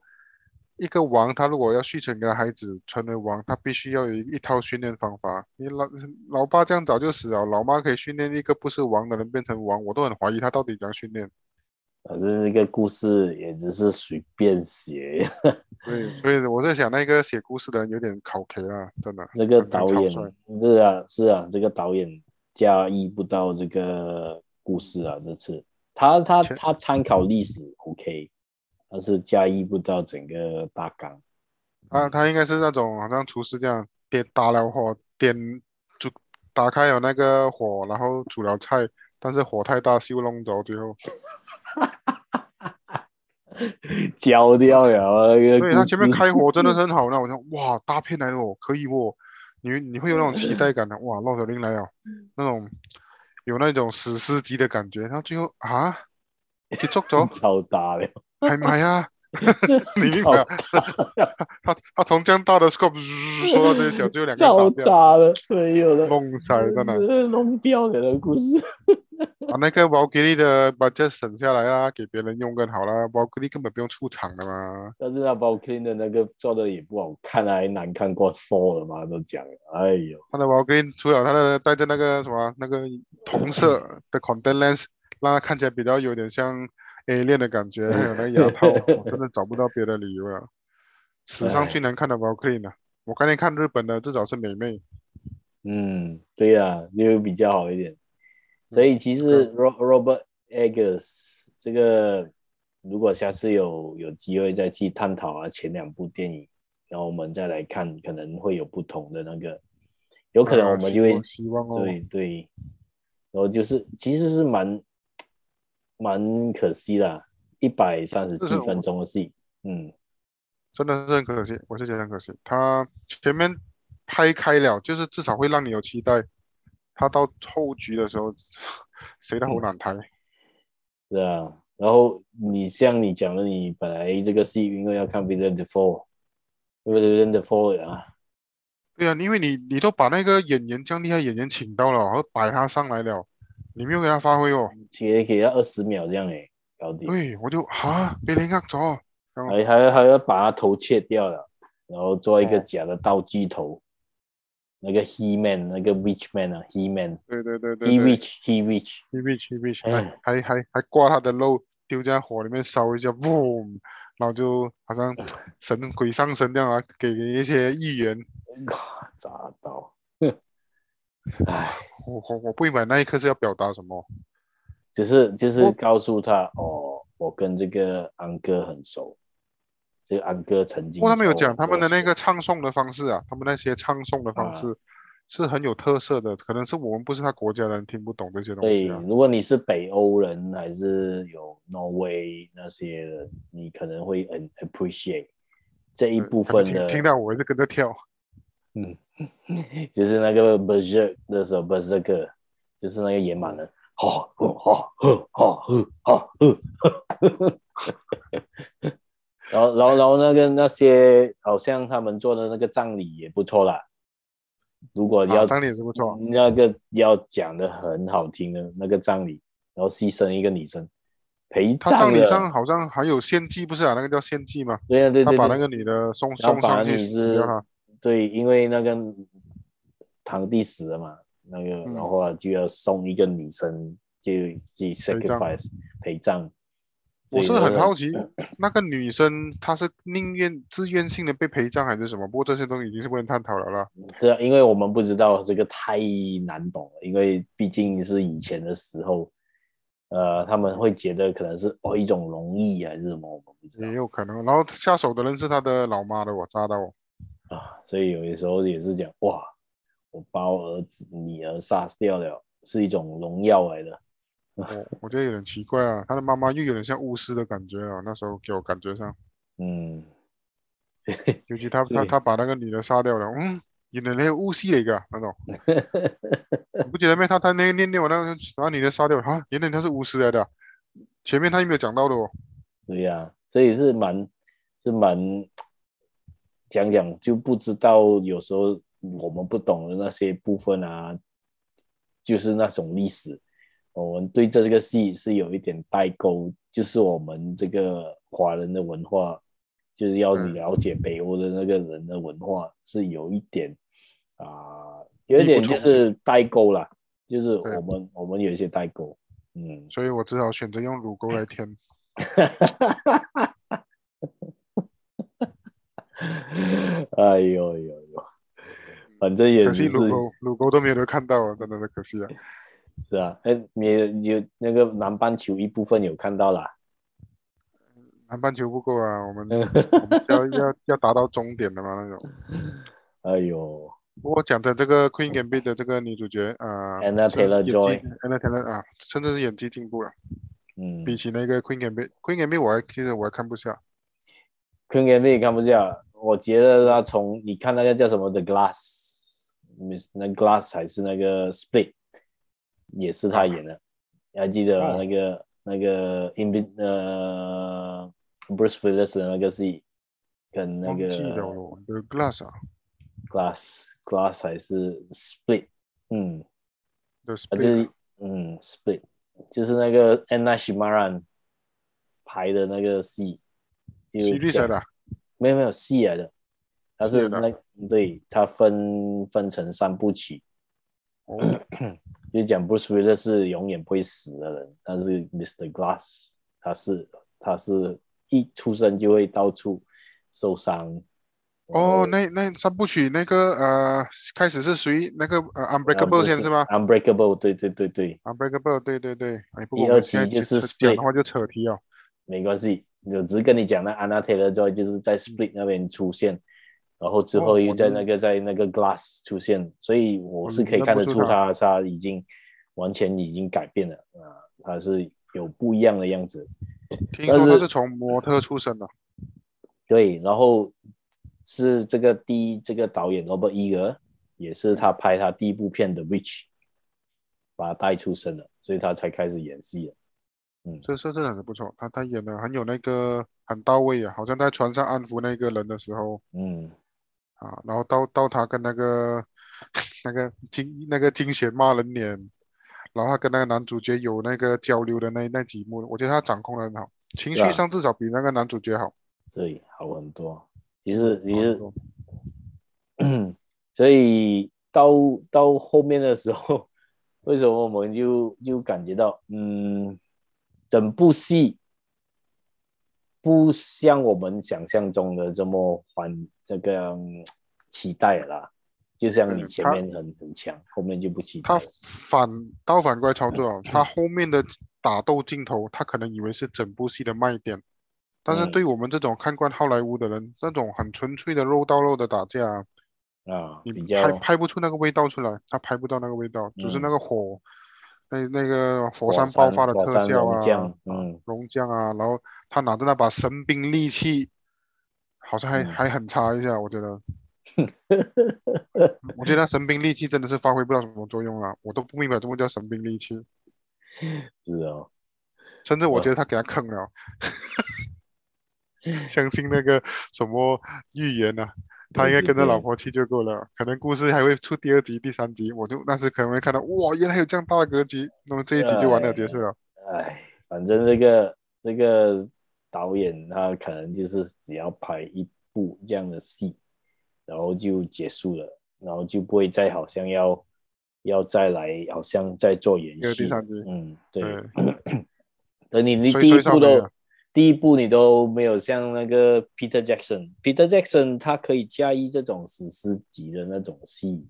S2: 一个王他如果要续成一个孩子成为王，他必须要有一一套训练方法。你老老爸这样早就死了，老妈可以训练一个不是王的人变成王，我都很怀疑他到底怎样训练。
S1: 反正这个故事也只是随便写， [LAUGHS] 嗯
S2: 对，所以我在想那个写故事的人有点考 K 啊，真的。
S1: 这个
S2: 很难
S1: 导
S2: 草
S1: 演
S2: 率
S1: 是啊是啊，这个导演驾驭不到这个故事啊，这次他他
S2: 前
S1: 他参考历史 OK，但是驾驭不到整个大纲， [LAUGHS]
S2: 啊，他应该是那种好像厨师这样点打了火，点煮打开了那个火，然后煮了菜，但是火太大，修弄走，最后，
S1: 焦掉了那个
S2: 所以他
S1: 故
S2: 前面
S1: 事
S2: 开火真的是很好，那我想哇，大片来了哦，可以哦，你你会有那种期待感的，哇，落手林来了，那种有那种史
S1: [LAUGHS]
S2: 诗级的感觉，然后最后啊，结束咗，
S1: 超大了。
S2: 系咪啊？ [LAUGHS] 你明白？
S1: [LAUGHS]
S2: 他他从这样大的 scope 说到这些小，只有两个
S1: 超
S2: 人打掉，
S1: 大了，没有了，
S2: 弄仔真的。
S1: [LAUGHS]
S2: 嗯
S1: 弄掉了的故事。
S2: 把啊那个 Valkyrie 的 budget 省下来啦，给别人用更好啦。Valkyrie 根本不用出场的嘛。
S1: 但是那 b a l k i n 的那个做的也不好看啊，还难看过 Four 了嘛，都讲了，哎呦，
S2: 他的 Valkyrie 除了他的带着那个什么那个同色的 contact lens，让它看起来比较有点像 A 链的感觉，还有那个牙
S1: [LAUGHS]
S2: 套，我真的找不到别的理由了。史上最难看的 Valkyrie 呢？我刚才看日本的，至少是美妹。
S1: 嗯，对呀、啊，就比较好一点。所以其
S2: 嗯
S1: 实 Ro- Robert Eggers 这个，如果下次有有机会再去探讨啊前两部电影，然后我们再来看，可能会有不同的那个，有可能
S2: 啊
S1: 我们
S2: 希
S1: 就会
S2: 望希望哦。
S1: 对对，然后就是其实是蛮蛮可惜啦，一百三十
S2: 是啊
S1: 七
S2: 我
S1: 分钟的戏，嗯
S2: 真的是很可惜，我是觉得很可惜。他前面拍开了，就是至少会让你有期待。他到后局的时候， [LAUGHS] 谁都好难抬。
S1: 是啊。然后你像你讲的，你本来这个戏因为要看 Villain the Four，因为 Villain the Four 啊，
S2: 对啊，因为你你都把那个演员这样厉害的演员请到了，然后摆他上来了，你没有给他发挥哦。
S1: 给给他二十秒这样诶，搞定。
S2: 对，我就啊，被人呃咗。
S1: 还还要还要把他头切掉了，然后做一个
S2: 哦
S1: 假的道具头，那个 He Man，那个 Witch Man 啊，He Man，He
S2: 对对对对对
S1: Witch，He Witch。
S2: ，Evich Evich，
S1: 哎
S2: 还还还还挂他的肉丢在火里面烧一下，boom，然后就好像神鬼上身这样啊，给一些议员
S1: 嗯哇，砸到！ [LAUGHS] 唉，
S2: 我我我不明白那一刻是要表达什么。
S1: 只是就是
S2: 我
S1: 告诉他哦，我跟这个安哥很熟，这个安哥曾经。
S2: 不过他们有讲他们的那个，唱诵的方式啊，他们那些唱诵的方
S1: 啊
S2: 式是很有特色的，可能是我们不是他国家人听不懂这些东
S1: 对，
S2: 西啊。
S1: 如果你是北欧人，还是有挪威那些人，你可能会很 appreciate 这一
S2: 一
S1: 部分的，
S2: 听到我就跟
S1: [LAUGHS]
S2: 着跳， [LAUGHS]
S1: 就是那个 berserk 的时候，berserk 就是那个野蛮人，哈哈哈哈哈哈哈。然后，然后，然后那个那些好像他们做的那个葬礼也不错啦。如果要、
S2: 啊，张脸是不错。
S1: 那个要讲的很好听的那个葬礼，然后牺牲一个女生陪
S2: 他葬
S1: 葬
S2: 礼
S1: 了
S2: 上好像还有献祭，不是啊？那个叫献祭嘛，
S1: 对呀、啊对
S2: 他
S1: 对
S2: 把
S1: 对，
S2: 那个女的送
S1: 然后
S2: 送
S1: 把
S2: 上
S1: 你
S2: 去死
S1: 是
S2: 掉了。啊
S1: 对，因为那个堂弟死了嘛，那个
S2: 嗯
S1: 然后啊就要送一个女生就去
S2: 陪葬
S1: sacrifice 陪葬。
S2: 我是
S1: 所以
S2: 很
S1: 说 [LAUGHS]
S2: 好奇，那个女生她是宁愿自愿性的被陪葬还是什么？不过这些东西已经是不能探讨了啦。
S1: 对啊，因为我们不知道这个太难懂了，因为毕竟是以前的时候，呃，他们会觉得可能是哦一种容易还是啊什么，我们不知道
S2: 也有可能。然后下手的人是他的老妈的，我扎到我。
S1: 啊，所以有的时候也是讲哇，我把我儿子女儿杀掉了，是一种荣耀来的。
S2: 我我觉得有点奇怪啊，他的妈妈又有点像巫师的感觉啊，那时候给我感觉上，
S1: 嗯，
S2: 尤其他他
S1: 对
S2: 他把那个女的杀掉了，嗯，有点那个巫师的一个啊
S1: [LAUGHS]
S2: 那种，你不觉得咩？他他那个念念我那个把女的杀掉了啊，原来他是巫师来的啊、前面他又没有讲到的哦，
S1: 对呀、所以是蛮是蛮讲讲就不知道，有时候我们不懂的那些部分啊，就是那种历史，我们对这个戏是有一点代沟，就是我们这个华人的文化，就是要
S2: 嗯
S1: 了解北欧的那个人的文化是有一点啊、有一点
S2: 力不
S1: 就
S2: 从
S1: 是代沟啦，就是
S2: 对
S1: 我们我们有一些代沟，嗯。
S2: 所以我只好选择用乳沟来填。
S1: [LAUGHS] 哎呦呦呦，反正 [LAUGHS] 也
S2: 可
S1: 是
S2: 惜乳沟乳沟都没有人看到啊，真的是可
S1: [LAUGHS]
S2: 惜啊。
S1: 是啊，哎，你有那个南半球一部分有看到啦，
S2: 南半球不够啊，
S1: [LAUGHS]
S2: 我们我们要要要达到终点的嘛那种。
S1: 哎呦，
S2: 不过讲真，这个 Queen Gambit 的这个女主角啊
S1: Anna Taylor-Joy
S2: Anna Taylor 啊，甚至是演技进步了，
S1: 嗯
S2: 比起那个 Queen Gambit，Queen Gambit 我还其实我还看不下。
S1: 昆给妹看不下，我觉得他从你看那个叫什么 The Glass，Miss 那 Glass 还是那个 Split，也是他演的，你还记得吗
S2: 哦
S1: 那个那个 In 呃 Bruce Willis 的那个戏，跟那
S2: 忘
S1: 个
S2: 记了咯。The Glass 啊
S1: Glass Glass 还是 Split，嗯，
S2: ，The
S1: 啊就是
S2: Split，
S1: 嗯 Split，就是那个 Anna Shimaran 拍的那个戏，就
S2: 喜剧
S1: 讲
S2: 谁
S1: [LAUGHS]
S2: 的啊？
S1: 没有没有戏来的，它
S2: 戏
S1: 是
S2: 来
S1: 那对它分分成三部曲，
S2: 哦，
S1: 就讲 Bruce Willis 是永远不会死的人，但是 Mr. Glass 他是他是一出生就会到处受伤。然后
S2: 哦，那那三部曲那个呃，开始是谁？那个呃，Unbreakable 先是吗
S1: ？Unbreakable，对对对对，
S2: ？Unbreakable，对对对。哎，不
S1: 第
S2: 过我们
S1: 二
S2: 现在
S1: 集就
S2: 只
S1: 是
S2: 只讲
S1: Split
S2: 的话就扯题哦。
S1: 没关系，我只是跟你讲，那 Anna Taylor Joy 就是在 Split 那边出现，然后之
S2: 嗯哦
S1: 后
S2: 我
S1: 又在
S2: 就
S1: 那个在那个 Glass 出现，所以我是可以看得出
S2: 嗯我认不出
S1: 他他已经完全已经改变了啊，他是有不一样的样子。
S2: 听
S1: 但
S2: 说他
S1: 是
S2: 是从模特出身的。
S1: 对，然后是这个第一这个导演罗伯伊格，也是他拍他第一部片的《Witch》，把他带出身了，所以他才开始演戏了。
S2: 这这真的很不错，他他演的很有那个很到位啊，好像在船上安抚那个人的时候
S1: 嗯，
S2: 啊，然后到到他跟那个那个金那个金雪骂人脸，然后他跟那个男主角有那个交流的那那几幕，我觉得他掌控的很好，情
S1: 是啊
S2: 绪上至少比那个男主角好。
S1: 所以好很多。其实其
S2: 好很
S1: 实
S2: 多
S1: [COUGHS] 所以到到后面的时候， [LAUGHS] 为什么我们就就感觉到，嗯，整部戏不像我们想象中的这么欢这个、嗯期待了啦，就像你
S2: 嗯
S1: 前
S2: 他
S1: 面很很强，后面就不期待
S2: 嗯他
S1: 了。
S2: 反倒反过来操作啊，他后面的打斗镜头，他可能以为是整部戏的卖点，但是
S1: 嗯
S2: 对我们这种看惯好莱坞的人，那种很纯粹的肉到肉的打架啊。
S1: 啊，
S2: 你
S1: 比
S2: 拍
S1: 较
S2: 拍不出那个味道出来，他拍不到那个味道，只是
S1: 嗯
S2: 那个火，那那个火
S1: 火
S2: 山爆
S1: 山
S2: 发的
S1: 火
S2: 特
S1: 山
S2: 效
S1: 熔
S2: 啊，
S1: 浆
S2: 啊
S1: 嗯
S2: 熔浆啊，然后他拿着那把神兵利器，好像还
S1: 嗯
S2: 还很差一下，我觉
S1: [LAUGHS]
S2: 得，我觉得那神兵利器真的是发挥不到什么作用啊，我都不明白什么叫神兵利器，
S1: 是哦，
S2: 甚至我
S1: 我
S2: 觉得他给他坑了， [LAUGHS] 相信那个什么预言啊。他应
S1: 对
S2: 该
S1: 对
S2: 跟着老
S1: 对
S2: 婆去就够了，可能故事还会出第二集、第三集，我就那时可能会看到，哇，原来有这样大的格局，那么这一集就完了，
S1: 哎
S2: 结束了。
S1: 哎，反正这个这个导演他可能就是只要拍一部这样的戏，然后就结束了，然后就不会再好像要要再来，好像再做延
S2: 第二
S1: 续
S2: 第。三集，
S1: 嗯，对。
S2: 对，
S1: 等你你
S2: 所以
S1: 第一
S2: 所以上
S1: 部
S2: 面
S1: 都
S2: 啊
S1: 第一部你都没有像那个 Peter Jackson，Peter Jackson 他可以驾驭这种史诗级的那种戏，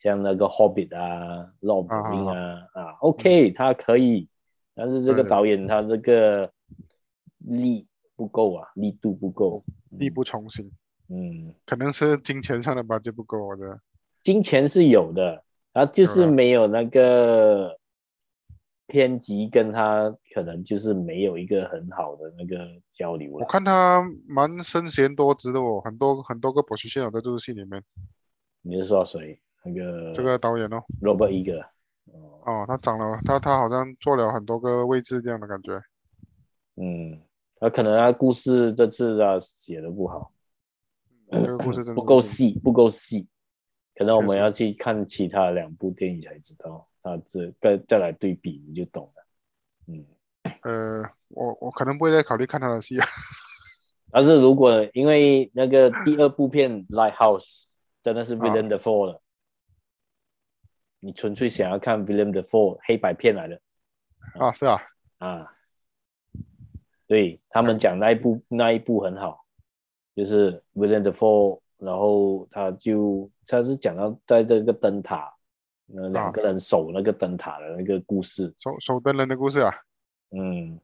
S1: 像那个 Hobbit 啊、老伯宾啊啊 o k 他可以，但是这个
S2: 嗯对
S1: 导演他这个力不够啊，力度不够，
S2: 力不从心，
S1: 嗯，
S2: 可能是金钱上的吧，就不够我的。
S1: 金钱是有的，然后就是
S2: 有的
S1: 没有那个偏激，跟他可能就是没有一个很好的那个交流
S2: 我
S1: 了。
S2: 看他蛮身贤多姿的哦，很多很多个 position 有在这部戏里面，
S1: 你是说谁？那个
S2: 这个导演哦，
S1: Robert e g e r 哦，
S2: 哦，他长了，他他好像做了很多个位置这样的感觉。
S1: 嗯，那可能他故事这次他写的不好，
S2: 这个故事真的
S1: 呃不够
S2: 是
S1: 细，不够细，可能我
S2: 确
S1: 们
S2: 实
S1: 要去看其他两部电影才知道，那这再再来对比你就懂了。嗯，
S2: 呃，我我可能不会再考虑看他的戏啊。
S1: 但是如果因为那个第二部片《Lighthouse》真
S2: 啊
S1: 的是 William d e f o r 了，你纯粹想要看 William d e f o r 黑白片来的。
S2: 啊，是啊，
S1: 啊，对他们讲那一部那一部很好，就是 William d e f o e 然后他就他是讲到在这个灯塔，那两个人守那个灯塔的那个故事，
S2: 守守灯人的故事啊。
S1: 嗯，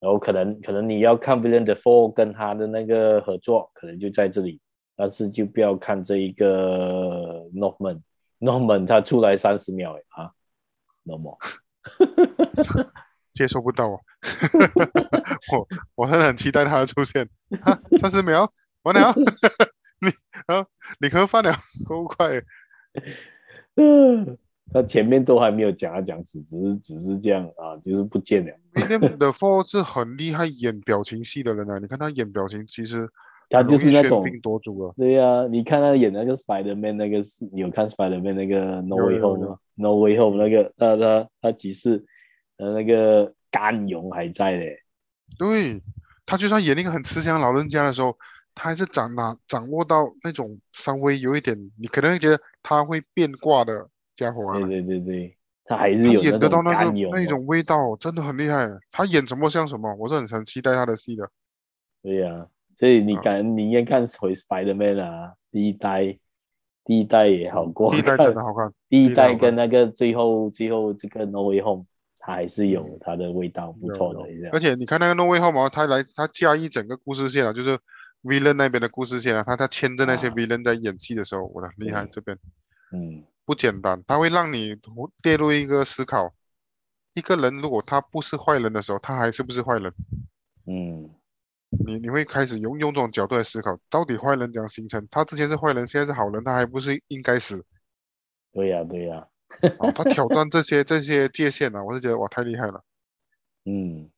S1: 然后可能可能你要看 William d e f o e 跟他的那个合作，可能就在这里，但是就不要看这一个 Norman Norman 他出来三十秒诶啊，Norman
S2: 接受不到哦， [LAUGHS] 我我真的很期待他的出现。哈，三十秒完了， [LAUGHS] 你啊，领盒饭了，够快耶。
S1: 嗯，他前面都还没有讲他讲死，只是只是这样啊，就是不见了。
S2: William Dafoe 是很厉害演表情戏的人啊，你看他演表情，其实
S1: 他就是
S2: 容易
S1: 那
S2: 喧
S1: 种
S2: 宾夺主啊。
S1: 对呀、你看他演那个 Spider Man 那个是，你有看 Spider Man 那个 No
S2: 有
S1: Way
S2: 有
S1: Home
S2: 有
S1: 吗？No Way Home 那个他他他其实呃那个甘勇还在嘞，
S2: 对，他就算演那个很慈祥的老人家的时候，他还是掌拿掌握到那种稍微有一点，你可能会觉得他会变卦的家伙啊
S1: 对，对对对，他还
S2: 他
S1: 是有
S2: 演得到
S1: 种
S2: 那个
S1: 甘勇
S2: 那
S1: 哦，
S2: 种味道，真的很厉害。他演什么像什么，我是很很期待他的戏的。
S1: 对呀、所以你
S2: 啊
S1: 敢宁愿看回 Spider Man 啊，第一代第一代也好过，
S2: 第一代真的好看，
S1: 第
S2: 第
S1: 一
S2: 一代
S1: 代
S2: 好
S1: 跟那个最后最后这个 No Way Home，它还是有它的味道，不
S2: 有
S1: 错
S2: 嗯有
S1: 的。这样
S2: 而且你看那个诺威号嘛，他来他加一整个故事线啊，就是 villain 那边的故事线啊，他他牵着那些
S1: 啊
S2: villain 在演戏的时候，我的厉害，
S1: 对
S2: 这边
S1: 嗯，
S2: 不简单，他会让你跌入一个思考：一个人如果他不是坏人的时候，他还是不是坏人？
S1: 嗯，
S2: 你你会开始用用这种角度来思考，到底坏人怎样形成？他之前是坏人，现在是好人，他还不是应该死？
S1: 对呀、对呀、
S2: 啊，他挑战这些这些界限啊，我是觉得哇太厉害了，
S1: 嗯，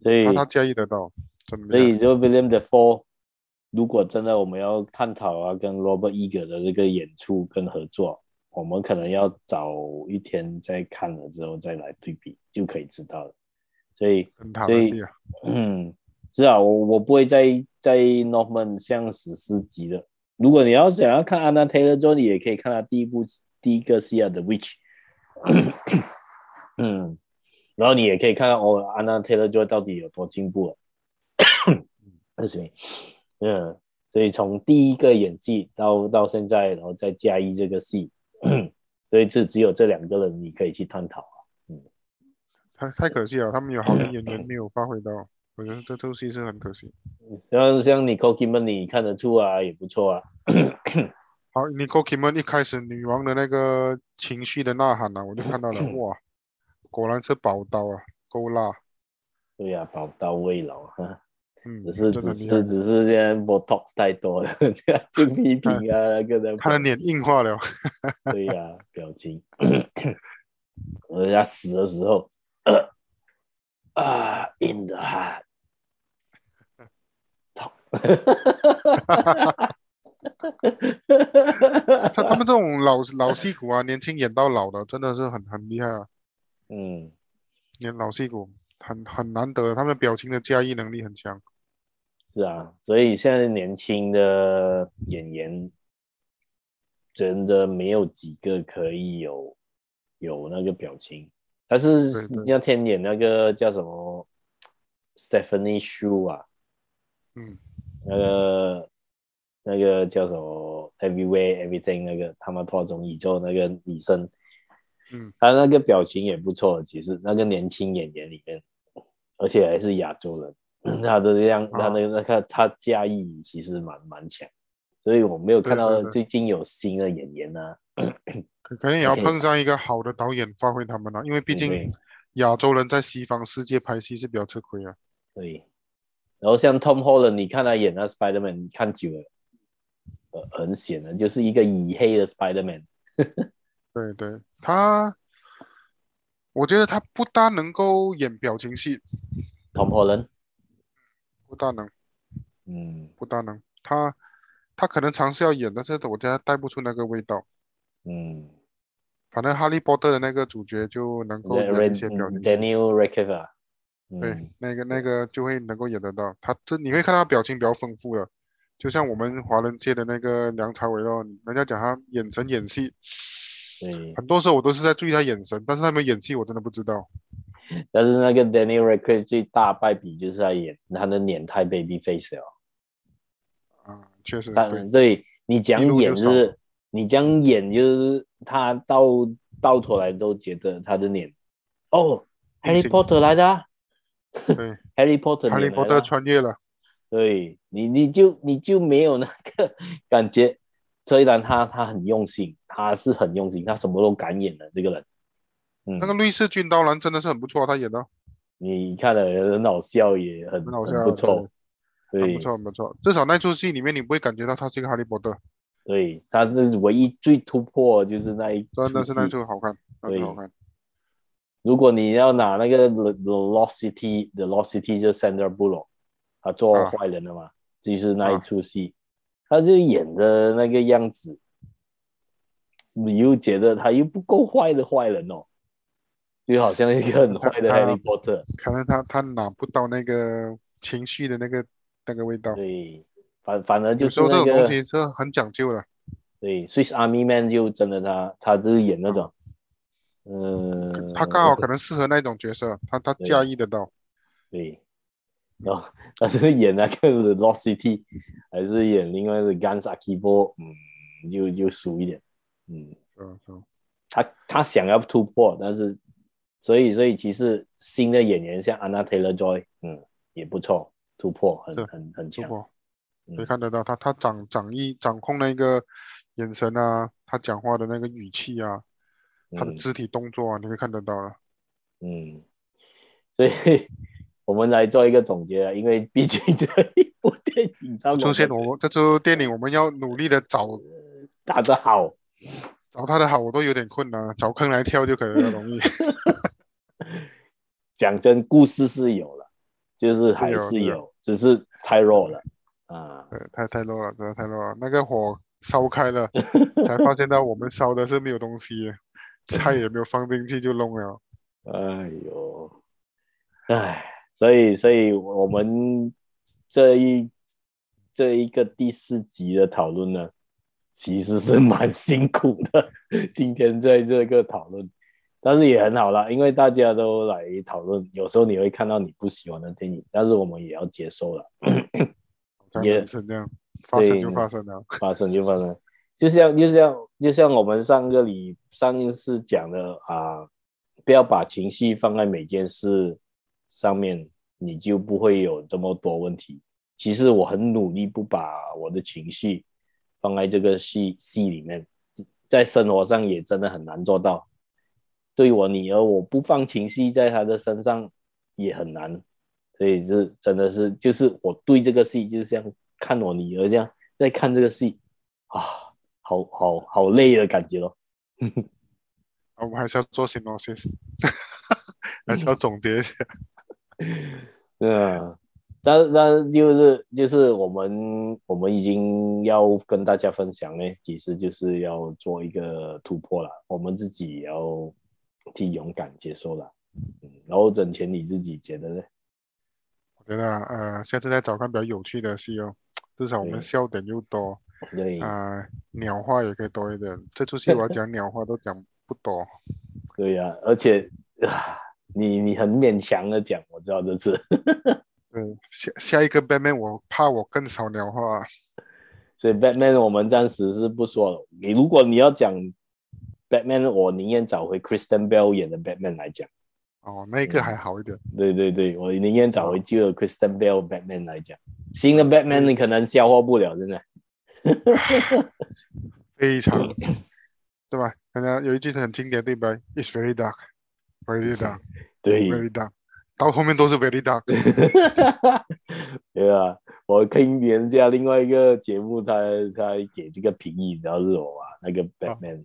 S1: 所以
S2: 他他驾驭得到，真的
S1: 所
S2: 厉害。
S1: 以就 William the Four，如果真的我们要探讨啊，跟 Robert Eager 的这个演出跟合作，我们可能要早一天再看了之后再来对比，就可以知道了。所以
S2: 很塔
S1: 所
S2: 的
S1: 以
S2: 戏啊，
S1: 嗯，是啊，我我不会再在 Norman 像十四集的。如果你要想要看 Anna Taylor Joy，你也可以看她第一部第一个戏啊，《The Witch》。嗯，然后你也可以看到哦，Anna Taylor Joy 到底有多进步了。 [COUGHS] 不行，嗯，所以从第一个演技到到现在，然后再加一这个戏， [COUGHS] 所以这只有这两个人你可以去探讨。
S2: 太太可惜了，他们有好的演员没有发挥到，我觉得这周戏是很可惜。
S1: 像像 Nicole Kidman，你看得出啊，也不错啊。
S2: 好，Nicole Kidman 一开始女王的那个情绪的呐喊啊，我就看到了，哇，果然是宝刀啊，够辣，
S1: 对呀、宝刀未老啊，
S2: 嗯，
S1: 只是
S2: 真的
S1: 只
S2: 厉害
S1: 是。只是现在 Botox 太多了， [LAUGHS] 就批评啊，那个人
S2: 他的脸硬
S1: [LAUGHS]
S2: 化了，
S1: 对呀、表情， [COUGHS] 人家死的时候， [COUGHS] 啊、in the
S2: [LAUGHS]
S1: heart，操，
S2: 他他们这种老老戏骨啊，年轻演到老的，真的是很很厉害啊，
S1: 嗯，
S2: 演老戏骨很很难得，他们表情的驾驭能力很强。
S1: 是啊，所以现在年轻的演员真的没有几个可以有有那个表情，但是
S2: 对对
S1: 那天演那个叫什么 Stephanie Shu 啊，
S2: 嗯，
S1: 那个那个叫什么 Everywhere Everything 那个他们脱中宇宙那个女生，
S2: 嗯，
S1: 她那个表情也不错，其实那个年轻演员里面，而且还是亚洲人， [CLEARS THROAT] 她的这样，她
S2: 哦
S1: 的那个她驾驭其实蛮蛮强，所以我没有看
S2: 对
S1: 到
S2: 对对
S1: 最近有新的演员啊，
S2: 可肯定也要
S1: OK
S2: 碰上一个好的导演发挥他们啊，因为毕
S1: 对
S2: 竟亚洲人在西方世界拍戏是比较吃亏啊。
S1: 对，然后像 Tom Holland，你看他演那 Spider Man 看久了，呃，很显然就是一个以黑的 Spider Man。
S2: 对对，他，我觉得他不大能够演表情戏，
S1: Tom Holland，
S2: 不大能，
S1: 嗯
S2: 不大能。他他可能尝试要演，但是我觉得他带不出那个味道。
S1: 嗯。
S2: 反正哈利波特的那个主角就能够
S1: The
S2: 演哦一些表情
S1: Red- 嗯
S2: 戏，
S1: Daniel Radcliffe，啊
S2: 对
S1: 嗯，，
S2: 那个那个就会能够演得到。他这你会看他表情比较丰富了，就像我们华人界的那个梁朝伟咯，人家讲他眼神演戏，
S1: 对。
S2: 很多时候我都是在注意他眼神，但是他没有演戏我真的不知道。
S1: 但是那个 Daniel Radcliffe 最大败笔就是他演他的脸太 baby face 了。
S2: 啊，确实，
S1: 当
S2: 对
S1: 然，对你讲
S2: 一路就
S1: 演就是你讲演就是他到到头来都觉得他的脸哦
S2: 明
S1: ，Harry
S2: 星
S1: Potter 来的、啊、 [LAUGHS]
S2: 对，
S1: ，Harry Potter
S2: 哈利
S1: 脸来
S2: 波
S1: 的
S2: 特
S1: 啊、
S2: 穿越了。
S1: 对你，你就你就没有那个感觉。虽然他他很用心，他是很用心，他什么都敢演的这个人。嗯，
S2: 那个瑞士军刀郎真的是很不错，他演的
S1: 你看了很好笑，也很
S2: 很好
S1: 很不
S2: 笑
S1: 错，
S2: 很
S1: 对
S2: 不，错，很不错。至少那出戏里面你不会感觉到他是一个哈利波特，
S1: 对，他这是唯一最突破，就是那一
S2: 真的是那
S1: 戏
S2: 出好看，那
S1: 对
S2: 出好看。
S1: 如果你要拿那个 The Velocity The Velocity 就是 Sandra Bullock，他做
S2: 啊
S1: 坏人的嘛，就是那一
S2: 啊
S1: 出戏，他就演的那个样子，你又觉得他又不够坏的坏人哦，就好像一个很坏的
S2: 他
S1: Harry Potter，
S2: 可能他他拿不到那个情绪的那个那个味道。
S1: 对，反反而就
S2: 有
S1: 是
S2: 时候这
S1: 那
S2: 种
S1: 个
S2: 东西是很讲究的，
S1: 对 Swiss Army Man 就真的他他就是演那种，嗯，
S2: 他刚好可能适合那种角色，他他
S1: 对
S2: 驾驭得到。
S1: 对， [LAUGHS] 然后他是演那个 The Lost City，还是演另外的 Guns Akibo，嗯，就就输一点，嗯，
S2: 嗯，嗯
S1: 他他想要突破，但是所以所以其实新的演员像 Anna Taylor Joy，嗯，也不错，突破很
S2: 是
S1: 很很
S2: 如
S1: 强，
S2: 果
S1: 嗯
S2: 可以看得到他他掌掌意掌控那个眼神啊，他讲话的那个语气啊，他的
S1: 嗯
S2: 肢体动作啊，你会看得到的。
S1: 嗯，所以我们来做一个总结啊，因为毕竟这一部电影让我
S2: 首
S1: 们
S2: 先，我这出电影我们要努力的找
S1: 打得好。
S2: 找他的好，我都有点困难，找坑来跳就可能
S1: [LAUGHS]
S2: 容易。
S1: 讲真，故事是有了，就是还
S2: 是
S1: 是
S2: 有
S1: 有，只是太弱了啊。
S2: 对，太太 low 了，真的太 low 了。那个火烧
S1: [LAUGHS]
S2: 开了，才发现到我们烧的是没有东西，菜也没有放进去就弄了。
S1: 哎呦，哎，所以，所以我们这一这一个第四集的讨论呢，其实是蛮辛苦的。 [LAUGHS] 今天在这个讨论，但是也很好啦，因为大家都来讨论，有时候你会看到你不喜欢的电影，但是我们也要接受了。
S2: 像
S1: Yeah
S2: 人生这样，发生就
S1: 对
S2: 发生了。
S1: 发生就发生，就像就像就像我们上个礼上一次讲的啊、不要把情绪放在每件事上面，你就不会有这么多问题。其实我很努力不把我的情绪放在这个戏戏里面，在生活上也真的很难做到。对我女儿，我不放情绪在她的身上也很难，所以是真的是就是我对这个戏就像看我女儿这样在看这个戏啊，好好好累的感觉咯。
S2: 啊，我们还是要做 synopsis，还是要总结一下。
S1: 嗯，但但就是就是我们我们已经要跟大家分享呢，其实就是要做一个突破了，我们自己也要去勇敢接受了。嗯，然后整钱你自己觉得呢？
S2: 我觉得啊呃，下次再找看比较有趣的戏哦，至少我们
S1: 对
S2: 笑点又多
S1: 对、
S2: 啊、鸟话也可以多一点。这出
S1: [LAUGHS]
S2: 戏我要讲鸟话都讲不多，
S1: 对呀、而且啊，你你很勉强的讲，我知道这次，
S2: 对，下下一个 Batman 我怕我更少鸟话啊，
S1: 所以 Batman 我们暂时是不说了。你如果你要讲 Batman，我宁愿找回 Kristen Bell 演的 Batman 来讲。
S2: 哦，那一个
S1: 嗯
S2: 还好一点。
S1: 对对对，我宁愿找回旧的 Kristen Bell Batman 来讲，新的 Batman 你可能消化不了，真的。
S2: 非常，对吧？大家有一句很经典对白，It's very dark, very dark,
S1: [LAUGHS] 对，
S2: very dark，到后面都是 very dark。
S1: [LAUGHS] 对啊，我听别人家另外一个节目，他他给这个评语，你知道是什么吗？那个 Batman，、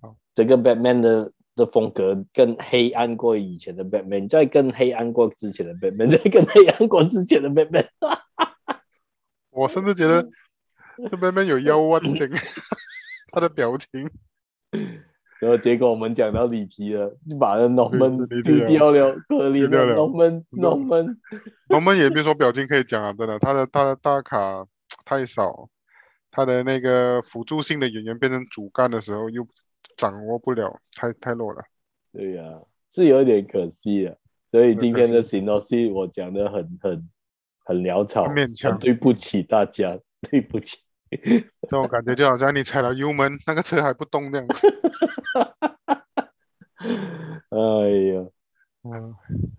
S2: 好
S1: 这个 Batman 的的风格更黑暗过以前的 Batman，再更黑暗过之前的 Batman，再更 [LAUGHS] 黑暗过之前的 Batman。
S2: 我甚至觉得这边边有妖弯 [LAUGHS] 症，他的表情
S1: 然后结果我们讲到里皮了，就把那 Norman
S2: 对
S1: 丢
S2: 对
S1: 掉了，可怜
S2: 丢掉
S1: 的
S2: 了
S1: Norman
S2: 丢掉了
S1: Norman。
S2: 我们也别说表情可以讲啊，真的，他的他的大卡太少，他的那个辅助性的演员变成主干的时候又掌握不了，太太弱了。
S1: 对呀、是有点可惜的。所以今天的
S2: 可
S1: synopsis 我讲的很很很潦草，啊
S2: 很勉强
S1: 很对不起大家，对不起。
S2: 这种感觉就好像你踩了油门，那个车还不动这样。
S1: 哎呀，
S2: 嗯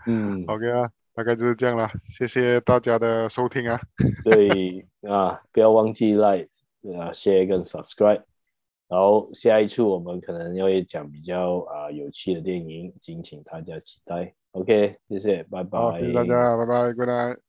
S1: 嗯，
S2: ，OK 啊，大概就是这样啦，谢谢大家的收听啊。
S1: 对啊，不要忘记 like 啊 share 跟 subscribe。然后下一次我们可能要讲比较啊、有趣的电影，敬请大家期待。OK，谢谢，拜拜。
S2: 好，谢谢大家，拜拜，good night。